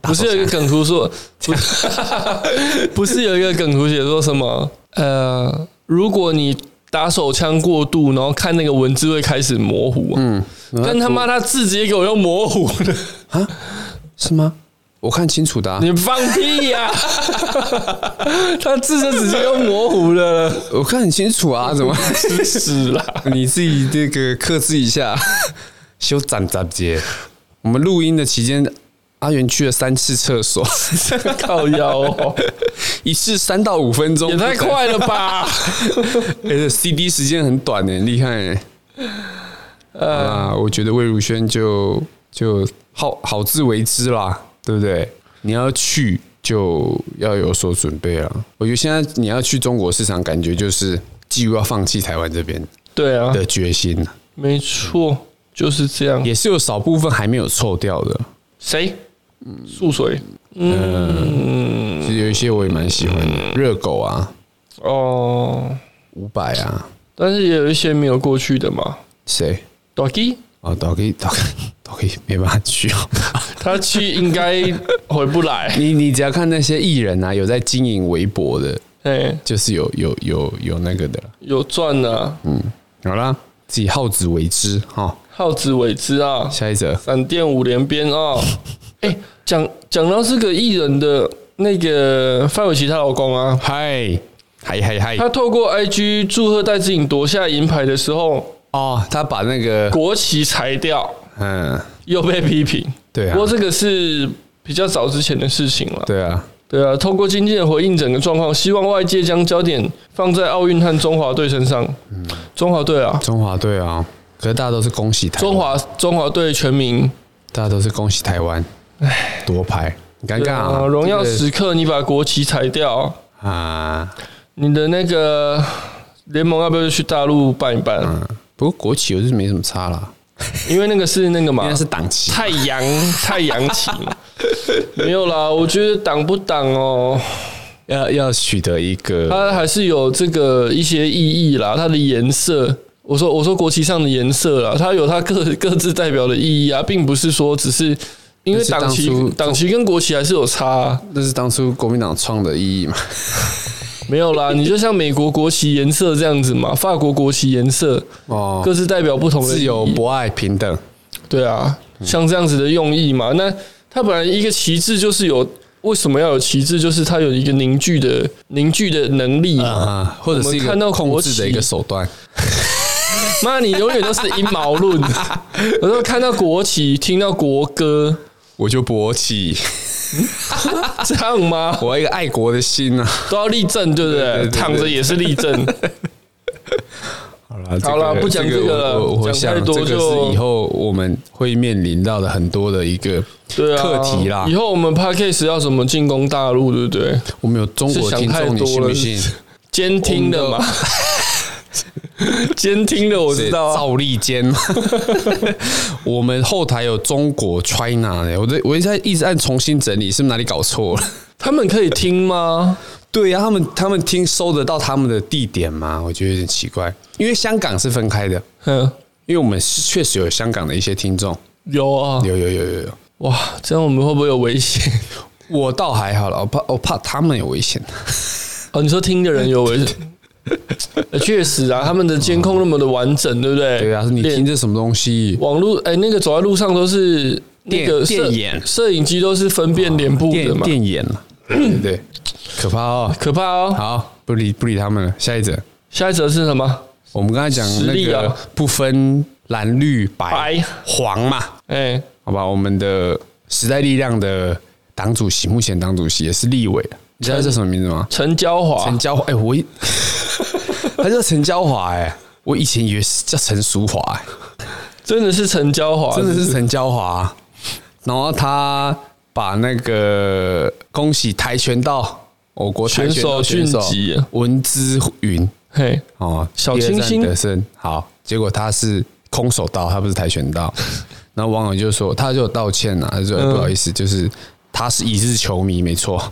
不是有一个梗图说，不 是不是有一个梗图写说什么？呃，如果你打手枪过度，然后看那个文字会开始模糊、嗯，但他妈他字直接给我用模糊的，
是吗？我看清楚的、啊，
你放屁呀、 他字就直接用模糊的了，
我看很清楚啊，怎么？
吃屎啦！
你自己这个克制一下，修斩斩节。我们录音的期间，阿元去了三次厕 所，
靠腰 哦，
一次三到五分钟，
也 太快了吧！
而且 CD 时间很短呢，很厉害欸。
呃
啊，我觉得魏如萱就就好好自为之啦，对不对？你要去就要有所准备啊。我觉得现在你要去中国市场，感觉就是几乎要放弃台湾这边
对啊，
的决心啊，
没错，就是这样。
也是有少部分还没有臭掉的。
谁？嗯素水
其实有一些我也蛮喜欢的，热狗啊，
哦。
五百啊，
但是也有一些没有过去的嘛。
谁？
d o g y
啊，倒给倒给 倒给，没办法去哦。
他去应该回不来。
你你只要看那些艺人啊，有在经营微博的，
哎，
就是有有有有那个的啦。
有赚啊，
好啦，自己好自为之哈、
耗子尾之啊，
下一则，
闪电五连鞭啊。哎，讲讲到这个艺人的那个范玮琪她老公啊，
嗨嗨嗨嗨！
他透过 IG 祝贺戴志颖夺下银牌的时候，
哦，他把那个
国旗裁掉，
嗯，
又被批评。
对啊
不过，这个是比较早之前的事情了。
对啊，
对啊，通过经济的回应整个状况，希望外界将焦点放在奥运和中华队身上。
嗯
中华队啊，
中华队啊，可是大家都是恭喜台湾
中，华中华队全民
大家都是恭喜台湾，哎，夺牌，很尴尬
对
啊！
啊荣耀
这个
时刻，你把国旗裁掉，
啊，
你的那个联盟要不要去大陆办一办？
嗯不过国旗我是没什么差啦，
因为那个是那个嘛
应该，是党旗。
太阳 太阳旗嘛，没有啦，我觉得挡不挡哦，
要要取得一个，
它还是有这个一些意义啦，它的颜色。我说，我说国旗上的颜色啦，它有它各 各自代表的意义啊，并不是说只是因为
就是
党
当
旗
初
党旗跟国旗还是有差、啊，
那是当初国民党创的意义 嘛？
没有 啦，你就像美国国旗颜色这样子嘛，法国国旗颜色
哦
各，自代表不同的
自
意义
由、博嗯爱、平等，
对啊，像这样子的用意嘛。那它本来一个旗帜就是有，为什么要有旗帜？就是它有一个凝聚的凝聚的能力嘛。
啊，或者是一
嗯我们看到
个控制的一个手段。
妈，你永远都是阴谋 论。我说看到国旗，听到国歌，
我就勃 起，
这样吗？
我一个爱国的心啊！
都要立正，对不
对对
对？
对
躺着也是立正。
好了，
好啦不讲这个了
我我我
讲太
想
多
这个
就是
是以后我们会面临到的很多的一个
对啊，
课题啦
以。后我们 p a c k a s e 要怎么进攻大陆，对不对？
我们有中国
是想
听
太
众，你
多
信
了
不信？
监听的嘛，监听的我知道啊。
赵立坚， 我们后台有中国 China 欸的，我在我一直在一直按重新整理，是不是哪里搞错了？
他们可以听吗？
对啊呀、他们他们听收得到他们的地点吗？我觉得有点奇怪，因为香港是分开的，
嗯，
因为我们是确实有香港的一些听众，
有啊，
有有有有有，
哇，这样我们会不会有危险？
我倒还好了，我怕我怕他们有危险。
哦，你说听的人有危险？呃确实啊，他们的监控那么的完整，对不对？
对啊，你
连
听这什么东西？
网络，哎，那个走在路上都是那
电
个摄
电眼
摄影机都是分辨脸部的
电
嘛，
电眼了，对对，可怕哦。
可怕哦。
好，不理不理他们了。下一则，
下一则是什么？
我们刚才讲
实
那
力啊
个不分蓝绿白
白
黄嘛，
哎，
好吧？我们的时代力量的党主席，目前党主席也是立委，你知道他叫什么名字吗？
陈娇
陈
华，
娇华，哎、我一 他叫陈娇华，哎，我以前以为是叫陈淑华、哎
真的是陈娇华，
真的是陈娇华、然后他把那个恭喜跆拳道我国跆拳道
选
选
手啊
手
晋级
文之云
嘿，
哦，
小清新
第二站得胜。好，结果他是空手道，他不是跆拳 道。然后网友就说，他就有道歉呐、啊，他说、
嗯
不好意思，就是他是一日球迷，没错。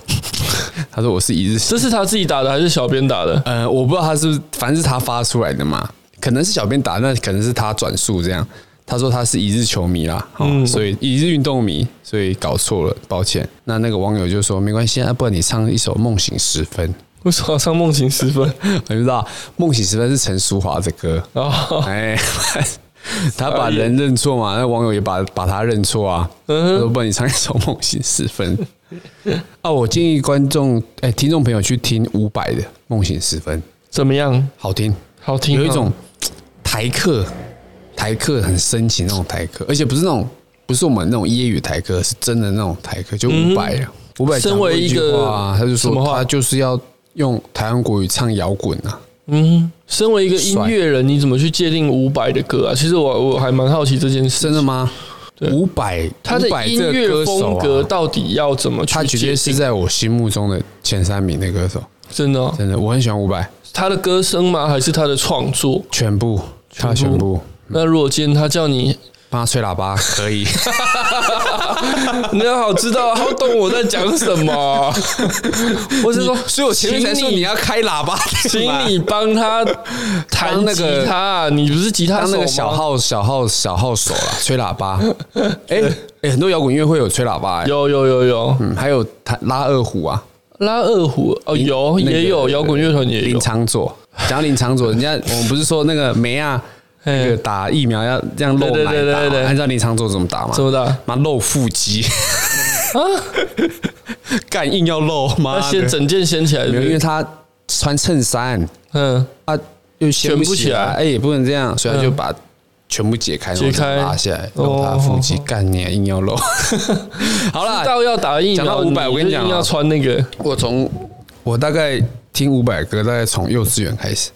他说我是一日，
这是他自己打的还是小编打的？
呃，我不知道他是不是，反正是他发出来的嘛，可能是小编打，那可能是他转述这样。他说他是一日球迷啦，哦
嗯
所以一日运动迷，所以搞错了，抱歉。那那个网友就说没关系啊，不然你唱一首《梦醒时分
为什么要上梦情十分》，
你知道《梦醒时分》是陈淑华的歌，
啊？
哎，他把人认错嘛，那网友也把把他认错啊。
嗯
他说不然你唱一首《梦醒时分》啊，我建议观众哎、听众朋友去听伍佰的《梦醒时分》，
怎么样？
好听。
好听啊吗，
有一种台客，台客很深情那种台客，而且不是那种不是我们那种业余台客，是真的那种台客，就伍佰啊，伍佰讲过句
嗯身为一
话啊
个
他就
什么
说
话
他就是要用台湾国语唱摇滚啊，
嗯，身为一个音
帅
乐人，你怎么去界定伍佰的歌啊？其实我我还蛮好奇这件事，
真的吗？伍佰
他的
伍佰
音
这个
乐
歌手
风
啊
格到底要怎么去
他绝对
界
是
定？
在我心目中的前三名的歌手，
真的哦、
真的，我很喜欢伍佰，
他的歌声吗？还是他的创作？
全部他全部。
那如果今天他叫你
帮他吹喇叭可以。
你要好知道，啊好懂我在讲什 么。 啊我是说，
所以我前面才说
请
你要开喇叭
请
店嘛，
你帮他弹
当那个
吉他，啊你不是吉他
当那
手吗
个小号小号小号手啦，吹喇 叭。哎、哎很多摇滚乐会有吹喇叭、欸，
有有有有
嗯，还有弹拉二胡啊，
拉二胡哦，有
那个
也有摇滚乐团也有
林，长佐。讲到林长佐，人家我们不是说那个梅啊，
嘿
那个打疫苗要这样露奶
对对对
打啊
对对
嘛，按照林长佐怎么打嘛？
怎么打？
妈露腹肌 干硬要露妈
啊那
的
先整件掀起来，
没有，因为
对
他穿衬衫，
不对嗯，
他又掀
卷不起
起
来
来，哎，也不能这样，所以他就
嗯
把全部解开，然
解
后就
开
拉下来，露他的腹肌，
哦
干你啊硬要露。 好啦，
到要打疫
讲
苗，
到伍佰我跟你讲啊
一定要穿那个，
我从我大概听伍佰歌，大概从幼稚园开始，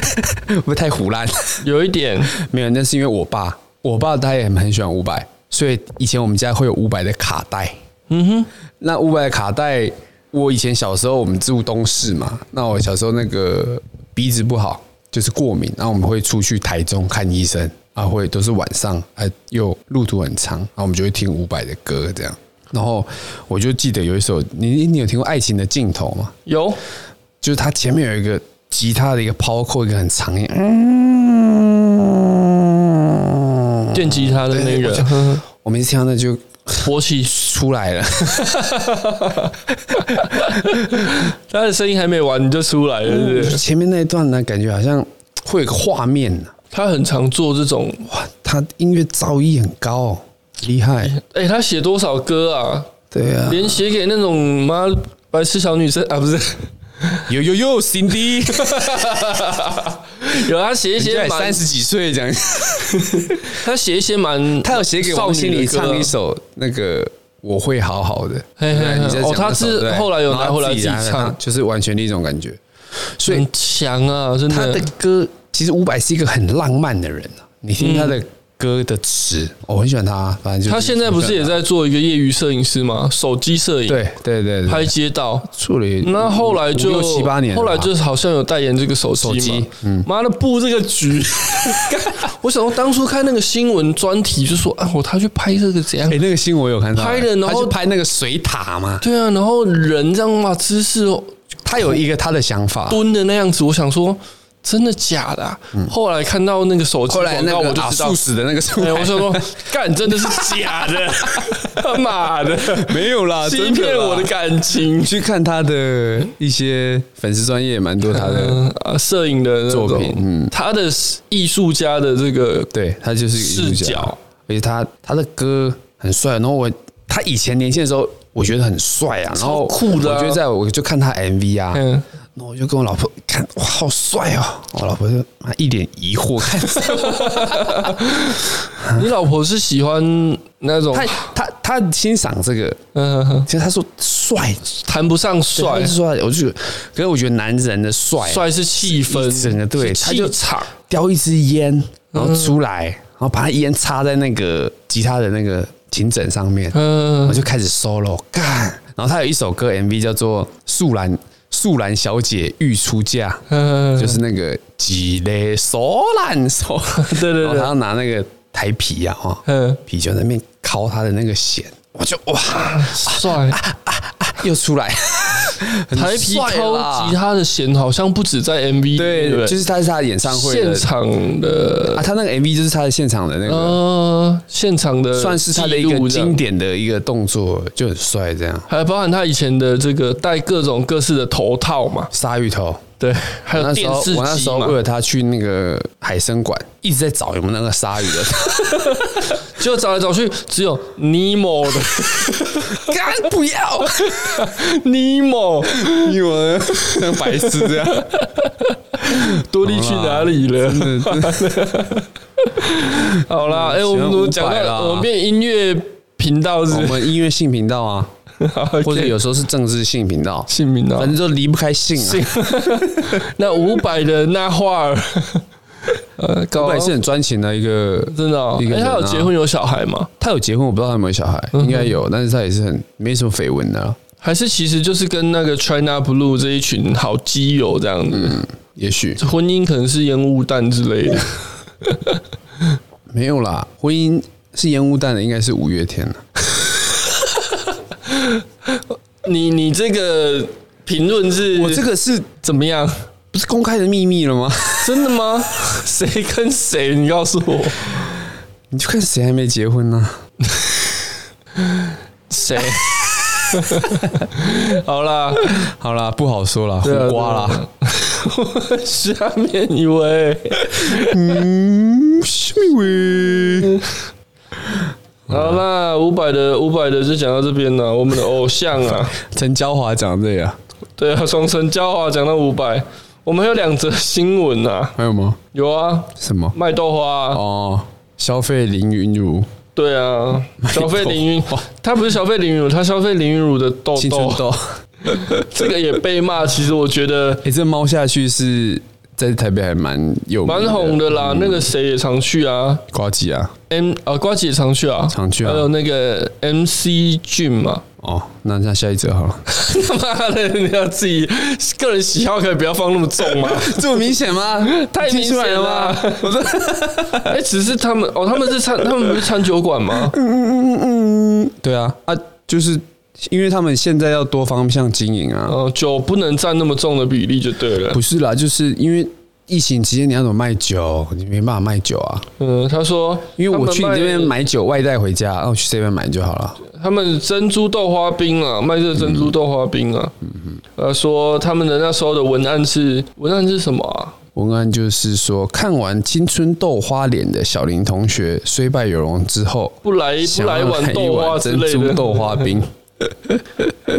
会不会太胡乱？
有一点
没有，那是因为我爸，我爸他也很喜欢伍佰，所以以前我们家会有伍佰的卡带。嗯哼，那伍佰的卡带，我以前小时候我们住东市嘛，那我小时候那个鼻子不好，就是过敏，然后我们会出去台中看医生啊，会都是晚上，哎，又路途很长，然后我们就会听伍佰的歌这样。然后我就记得有一首，你你有听过《爱情的尽头》吗？
有
就是它前面有一个吉他的一个抛扣，一个很长一个
嗯电吉他的那
对我
个
就
呵呵
我每次听到那就
勃起，
出来了，
他的声音还没完你就出来
嗯
了，对不对？
前面那一段呢，感觉好像会有个画面呢、
他很常做这种，
哇，他音乐造诣很高、哦，厉害，
哎，他写多少歌啊？
对啊，
连写给那种妈白痴小女生啊，不是。
有有有，Cindy，
有他写一
现
些
在
蛮
三，十几岁这样，
他写一些蛮，
他有写给王心凌唱一
少
首那个。我会好好的，
嘿嘿嘿
对你在讲
哦他
那首
是
对
后来有拿回来
然后
自己唱
就是完全另一种感觉。所
女
以
歌很强啊，真
他的
的。
歌其实伍佰是一个很浪漫的人啊，你听他的歌的词，哦我很喜欢他，啊反正就是
嗯他现在不是也在做一个业余摄影师吗？手机摄影，
对对对对
拍街道。
处理。
那后来
嗯
就
五六七八年了
后
吧，
来就好像有代言这个手机嘛。
手机嗯
妈的布这个局， 干我想说当初看那个新闻专题就说啊，我他去拍这个怎样
哎、？那个新闻我有看到，
拍了然后
他去拍那个水塔嘛，
对啊，然后人这样哇，姿势哦
他有一个他的想法。
蹲的那样子，我想说真的假的啊？后来看到那个手机
嗯后来
广
那
告，
个
我就
啊
知道
素死的那个出
哎、
来，
我想说，干，真的是假的，他妈的，
没有啦，
欺
真
骗
的啦
我的。感情
你。去看他的一些粉丝专业，蛮多他 的，
嗯啊，摄影的那种
作品嗯
他的艺术家的这个
对他就是一个艺术
视
家
角，
而且他他的歌很帅。然后我他以前年轻的时候，我觉得很帅啊，然后
超酷的啊
我就在我就看他 MV 啊，
嗯
那我就跟我老婆看，哇，好帅哦！我老婆就妈一脸疑惑看着我
你老婆是喜欢那种，
他 他他欣赏这个，
嗯，
其实他说帅
谈不上
帅
帅，
帅，我就觉得可是我觉得男人的帅啊
帅是气氛，
整个对，
是
他就
气场，
叼一支烟，然后出来，
嗯
然后把他烟插在那个吉他的那个琴枕上面，
嗯
我，就开始 solo 干。然后他有一首歌 MV 叫做《素兰素兰小姐欲出嫁》，
嗯
就是那个几嘞手烂手，
对对
然后
对
他要拿那个台皮呀、啊，哈、
嗯
啤酒在那边敲他的那个弦，我就哇
帅，
又出 来，很
台皮
帅啦
抠吉他的弦好像不止在 MV，
对
不对，
就是他是他的演唱会的
现场的
啊，他那个 MV 就是他的现场的那个，
呃，现场的
算是他的一
记录
个
这样
经，典的一个动作，就很帅这样。
还包含他以前的这个戴各种各式的头套嘛，
鲨鱼头，
对，还
我
有
那时
电
候
视
我那时
机
候
嘛
为，了他去那个海参馆，一直在找有没有那个鲨鱼的，
就找来找去，只有尼莫的
干不要，
尼莫，
你们像白痴这样，
多利去哪里了？好啦，哎，我们怎么讲
嗯喜欢伍佰啦
到我们变音乐频道是
我
不
们音乐性频道啊，
是？好，OK
或者有时候是政治性频道，
姓名啊
反，正都离不开性啊。
那五百的那画儿，呃，高
伍佰是很专情的一个，
真的哦，
啊一个
哎，
人
他有
啊
结婚有小孩吗？
他有结婚，我不知道他有没有小孩，应该有，但是他也是很没什么绯闻的啊，
还是其实就是跟那个 China Blue 这一群好基友这样
嗯
子，
也许
婚姻可能是烟雾弹之类的。
没有啦。婚姻是烟雾弹的，应该是五月天啊了。
你你这个评论是
我这个是
怎么样？
不是公开的秘密了吗？
真的吗？ 谁跟谁？你告诉我，
你去看谁还没结婚呢、
谁？ 好啦，
好啦，不好说啦，胡
对啊
瓜啦。。
对啊 下面一位，
嗯，是咪
好啦，五百的五百的就讲到这边了。我们的偶像 啊，
陈娇华讲这个，
对啊，双城交啊，讲到五百，我们还有两则新闻啊，
还有吗？
有啊，
什么？
卖豆花、啊，
哦，消费凌云乳，
对啊，
豆
消
花
费凌云，他不是消费凌云乳，他消费凌云乳的豆
青春
哦 豆，
痘。
这个也被骂。其实我觉得
哎、这猫下去是在台北还蛮有名
蛮红的 啦，那个谁也常去啊
瓜吉啊。
，M 啊瓜姐也常去啊，
常去啊
还有那个 MC 俊嘛，
哦，那那下一则好了，
啊 他妈的，你要自己个人喜好可以不要放那么重 嘛。
这么明显 吗？
太明
听出来
显了
吗
吧！ 哎、只是他们哦，他们 是餐，他们不是餐酒馆吗？
对啊，啊，就是因为他们现在要多方向经营啊，
哦，酒不能占那么重的比例就对了
不。是啦，就是因为疫情期间你要怎么卖酒，你没办法卖酒啊，
嗯，他说，
因为我去你这边
他们卖，
买酒外带回家，然后去这边买就好了。
他们珍珠豆花冰啊，卖这个珍珠豆花冰啊。
嗯
呃，说他们的那时候的文案是文案是什么啊？
文案就是说，看完《青春豆花脸》的小林同学虽败犹荣之后，
不来不
想要
来碗豆
一
花
碗
之
珍
类
珠
的。
豆花冰。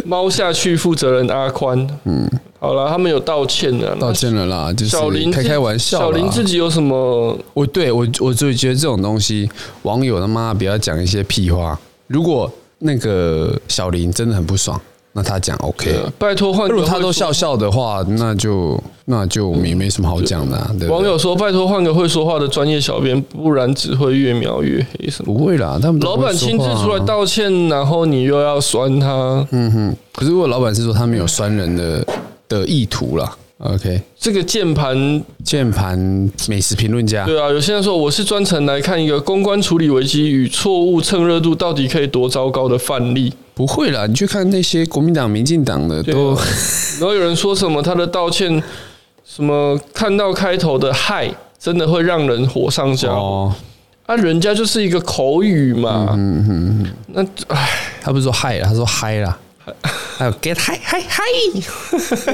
猫下去负责人阿宽，嗯，好了，他们有道歉的。
道歉了 啦，就是
小林
开
自
开玩笑啦。
小林自己有什么呃
我对我我就觉得这种东西，网友他妈不要讲一些屁话。如果那个小林真的很不爽，那他讲 OK。
呃拜托换个
如果
会说。
他都笑笑的话，那就那就我们也没什么好讲的、啊，对不对
网友说：“拜托换个会说话的专业小编，不然只会越描越黑。”什么？
不会啦，他们都
老
不会
板
说
亲自
话啊
出来。道歉，然后你又要酸他，
嗯哼，可是如果老板是说他没有酸人的的意图啦 OK，
这个键盘，
键盘美食评论家，
对啊，有些人说我是专程来看一个公关处理危机与错误蹭热度到底可以多糟糕的范例。
不会啦，你去看那些国民党、民进党的
对啊
都。
然后有人说什么他的道歉，什么看到开头的嗨，真的会让人火上加火。
哦，
啊，人家就是一个口语嘛，嗯嗯，那唉。
他不是说嗨啦，他说嗨啦，还有 get high high high。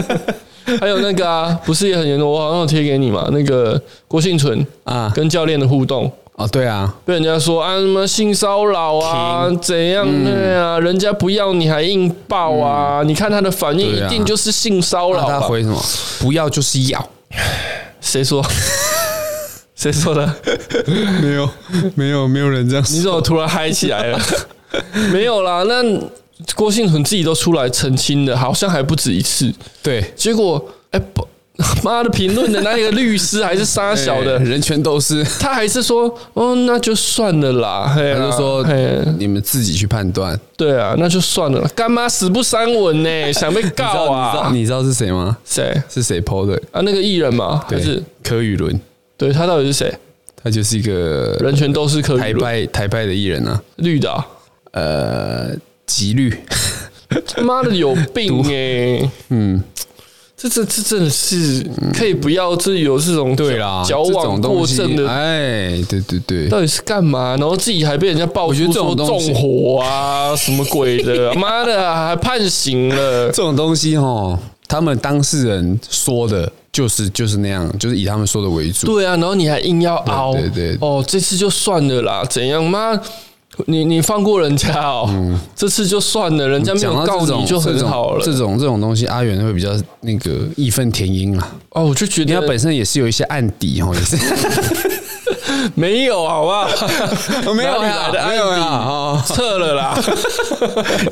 还有那个 啊，不是也很严重？我好像有贴给你嘛，那个郭幸存
啊
跟教练的互动，
哦，对啊，
被人家说啊什么性骚扰啊，怎样对啊，人家不要你还硬抱啊，你看他的反应
对啊
一定就是性骚
那
扰
他
吧。
回什么？不要就是要，
谁 说？谁说的？
没有，没有，没有人这样
你怎么突然嗨起来了？ 没有啦，那郭幸存自己都出来澄清的，好像还不止一次。
对，
结果，哎、不， 妈的，评论的那个律师还是沙小的
哎，人权斗士，
他还是说，哦，那就算了啦，嘿
他
啦
就说
嘿
你们自己去判断。
对啊，那就算了啦，干妈死不删文 呢，想被
你知
告
道你知道
啊？
你知道是谁吗？
谁
是谁 PO 的？
啊？那个艺人嘛，还
对
是
柯宇伦，
对他到底是谁？
他就是一个
人权都是可
台
以论
派台派的艺人啊，
绿的啊，
呃，吉律，
他妈的有病哎！嗯，这这这真的是可以不要这有这种矫
啊这
枉
种
啊过
东西
正的。
哎，对对对，
到底是干嘛？然后自己还被人家爆
觉得
出
这
说
种东西
纵火啊，什么 鬼的？妈的，还判刑了！
这种东西哈，他们当事人说的就是就是那样，就是以他们说的为主。
对啊，然后你还硬要凹，
对对对
哦，这次就算了啦，怎样妈？你你放过人家哦，这次就算了，人家没
嗯讲
有
到
告
这种
你就很好了
这。种这种这种东西，阿元会比较那个义愤填膺啦。
哦，我就觉
人家
得
本身也是有一些案底哦，也是
没有，好不好？
哦
哪里哦来的案底
啊，
撤 了啦，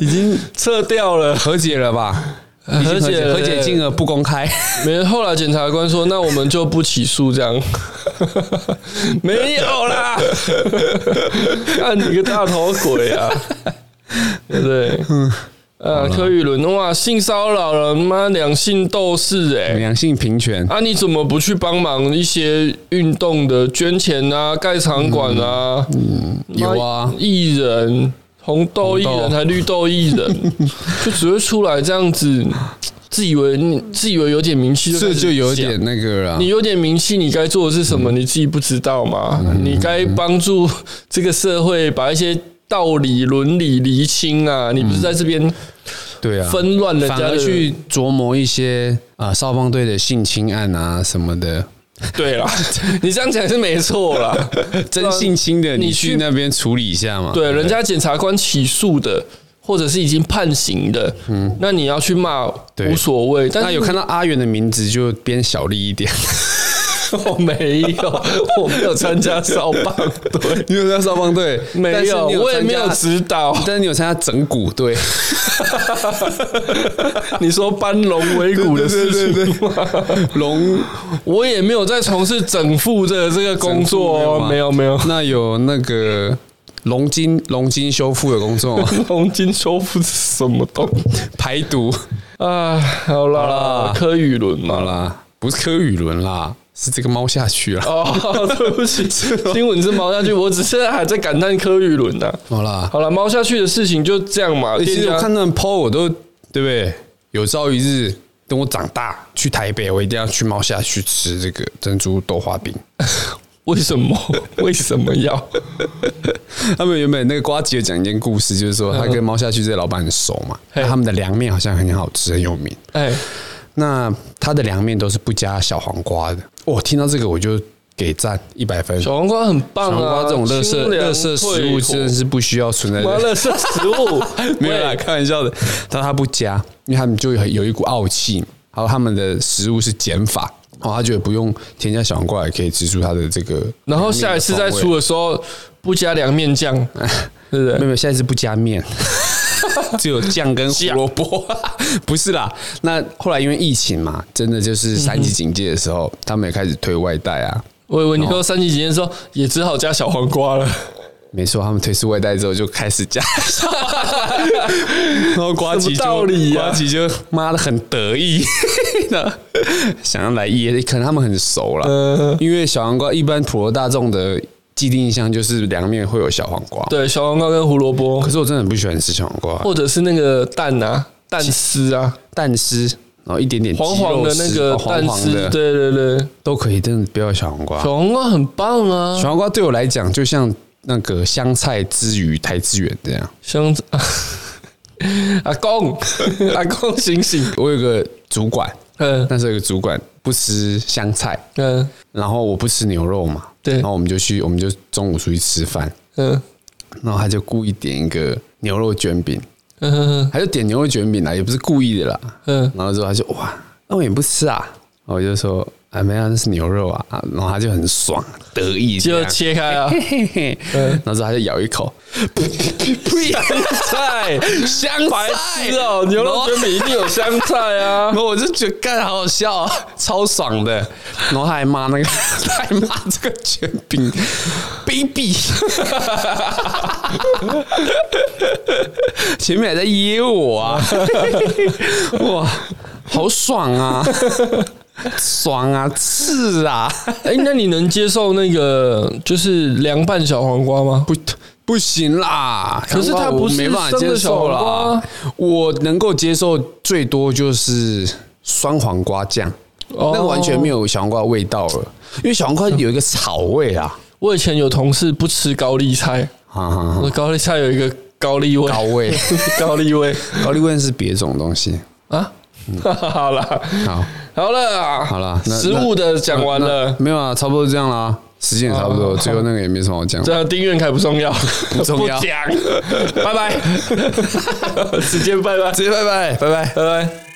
已经
撤掉了。
和解了吧？已经
和解了
和解金额不公 开，
没，后来检察官说，那我们就不起诉这样。没有啦，看你个大头鬼啊，对不对？呃，柯宇伦，哇，性骚扰了，妈两性斗士哎、
两性平权，
啊，你怎么不去帮忙一些运动的捐钱啊、盖场馆啊？
有啊
妈艺人、红豆艺
红
人
豆
还绿豆艺人， 就只会出来这样子，自以为你自以为有点名气，
这
开始
就有
讲
点嗯那个了
你。有点名气，你该做的是什么？你自己不知道吗？
嗯
你该帮助这个社会把一些道理、伦理厘清啊！你不是在这
嗯
边
对啊，
纷乱人家
反
的
而去琢磨一些啊少棒队的性侵案啊什么的，
对 啦，你这样讲是没错啦。
真性侵的
你
你
去
去那边处理一下嘛。
对，啊人家检察官起诉的，或者是已经判刑的，嗯，那你要去骂
对
无所谓。但
那
是
有看到阿元的名字就编小力一 点，
我 没有，我没有参加少棒队，
你有在少棒队
没有，我也没有指 导。
但是你有参加整蛊 队，
你说搬龙尾骨的事情吗？
对龙
我也没有在从事整副的这个工作哦，没有没有，
那有那个龙筋龙筋修复的工作吗？
黄金修复是什么东西
排毒
啊？好啦
啦，
柯宇伦嘛
好
啦。
啦，啊不是柯宇伦啦，是这个猫下去了。
哦，对不起，新 闻是猫下去，我只是还在感叹柯宇伦呐。
好啦，
好了，猫下去的事情就这样嘛。
欸其
店
实
家
我看他们 PO，我都对不对？有朝一日等我长大去台北，我一定要去猫下去吃这个珍珠豆花 饼。
为什 么为什么要？
他们原本那个瓜吉有讲一件故事，就是说他跟猫下去这个老板很熟嘛，
嗯
啊
嘿
那他们的凉面好像很好吃，很有名。
哎，
那他的凉面都是不加小黄瓜的。我听到这个我就给赞一百分。
小黄瓜很棒
小黄
啊，
瓜这种垃圾
清凉
垃圾食物真的是不需要存在
退火。妈
的。
垃圾食物
没有啦，开玩笑的。但他不加，因为他们就有有一股傲气，还有他们的食物是减法，哦，他觉得不用添加小黄瓜也可以吃出它的这个。
然后下一次再出，的时候不加凉面酱，对不对
没有？没有，下一次不加面， 只有酱跟胡萝卜。 不是啦，那后来因为疫情嘛，真的就是三级警戒的时候，他们也开始推外带啊。
我以为你说三级警戒的时候也只好加小黄瓜了，
没错，他们推出外带之后就开始加， 然后瓜
什
吉
么
就
道理啊呀
瓜吉就妈的很得意， 想要来噎，可能他们很熟啦，
嗯
因为小黄瓜一般普罗大众的既定印象就是凉面会有小黄瓜，。
对，小黄瓜跟胡萝卜
可，是我真的很不喜欢吃小黄瓜，
或者是那个蛋啊，蛋丝啊，
蛋丝，然后一点点
黄
鸡肉
黄的那
丝
个
哦黄
蛋
黄
丝，
的
对对对，
都可以，真的不要小黄瓜。
小黄瓜很棒啊，
小黄瓜对我来讲就像那个香菜之于台之远这样。
香子。 阿公，阿公醒醒！
我有个主管，
嗯
那时候有个主管不吃香菜，
嗯
然后我不吃牛肉嘛，
对
然后我们就去，我们就中午出去吃饭，
嗯
然后他就故意点一个牛肉卷饼，
嗯
他就点牛肉卷饼啦，也不是故意的啦，
嗯
然后之后他就哇，那我也不吃啊，然后我就说啊没有啊，那是牛肉啊，啊然后他就很爽得意这
就
样，
切开啊！
嘿嘿，然后之后他就咬一 口， 呸
香 菜，
香
白
菜
痴哦！牛肉卷饼一定有香菜啊
然！后我就觉得干好好笑、啊， 超爽的。然后他还骂那个， 他还骂这个卷饼卑鄙， 前面还在噎我啊， 哇，好爽啊，爽啊，刺啊，
哎、那你能接受那个就是凉拌小黄瓜吗？
不。不行啦！
可是它
我
不是
没办法
生
接
的
受
小黄瓜
啦
啊。
我能够接受最多就是酸黄瓜酱，
哦
那个完全没。有小黄瓜的味道了，因为小黄瓜有一个草味啊，
我以前有同事不吃高丽菜，
哈哈哈，
我的高丽菜有一个高丽味，
高味，
高丽味
高丽味是别种东西。
啊。 好啦，
好，
好了，
嗯好啦那
食物的讲完
那
了，
没有啊，差不多这样啦，时间也差不
哦
多，最后那个也没什么好讲的。
这样丁元凯不重要，不
重要
不讲，拜拜，直接拜拜，
直接拜拜，拜拜。
拜拜。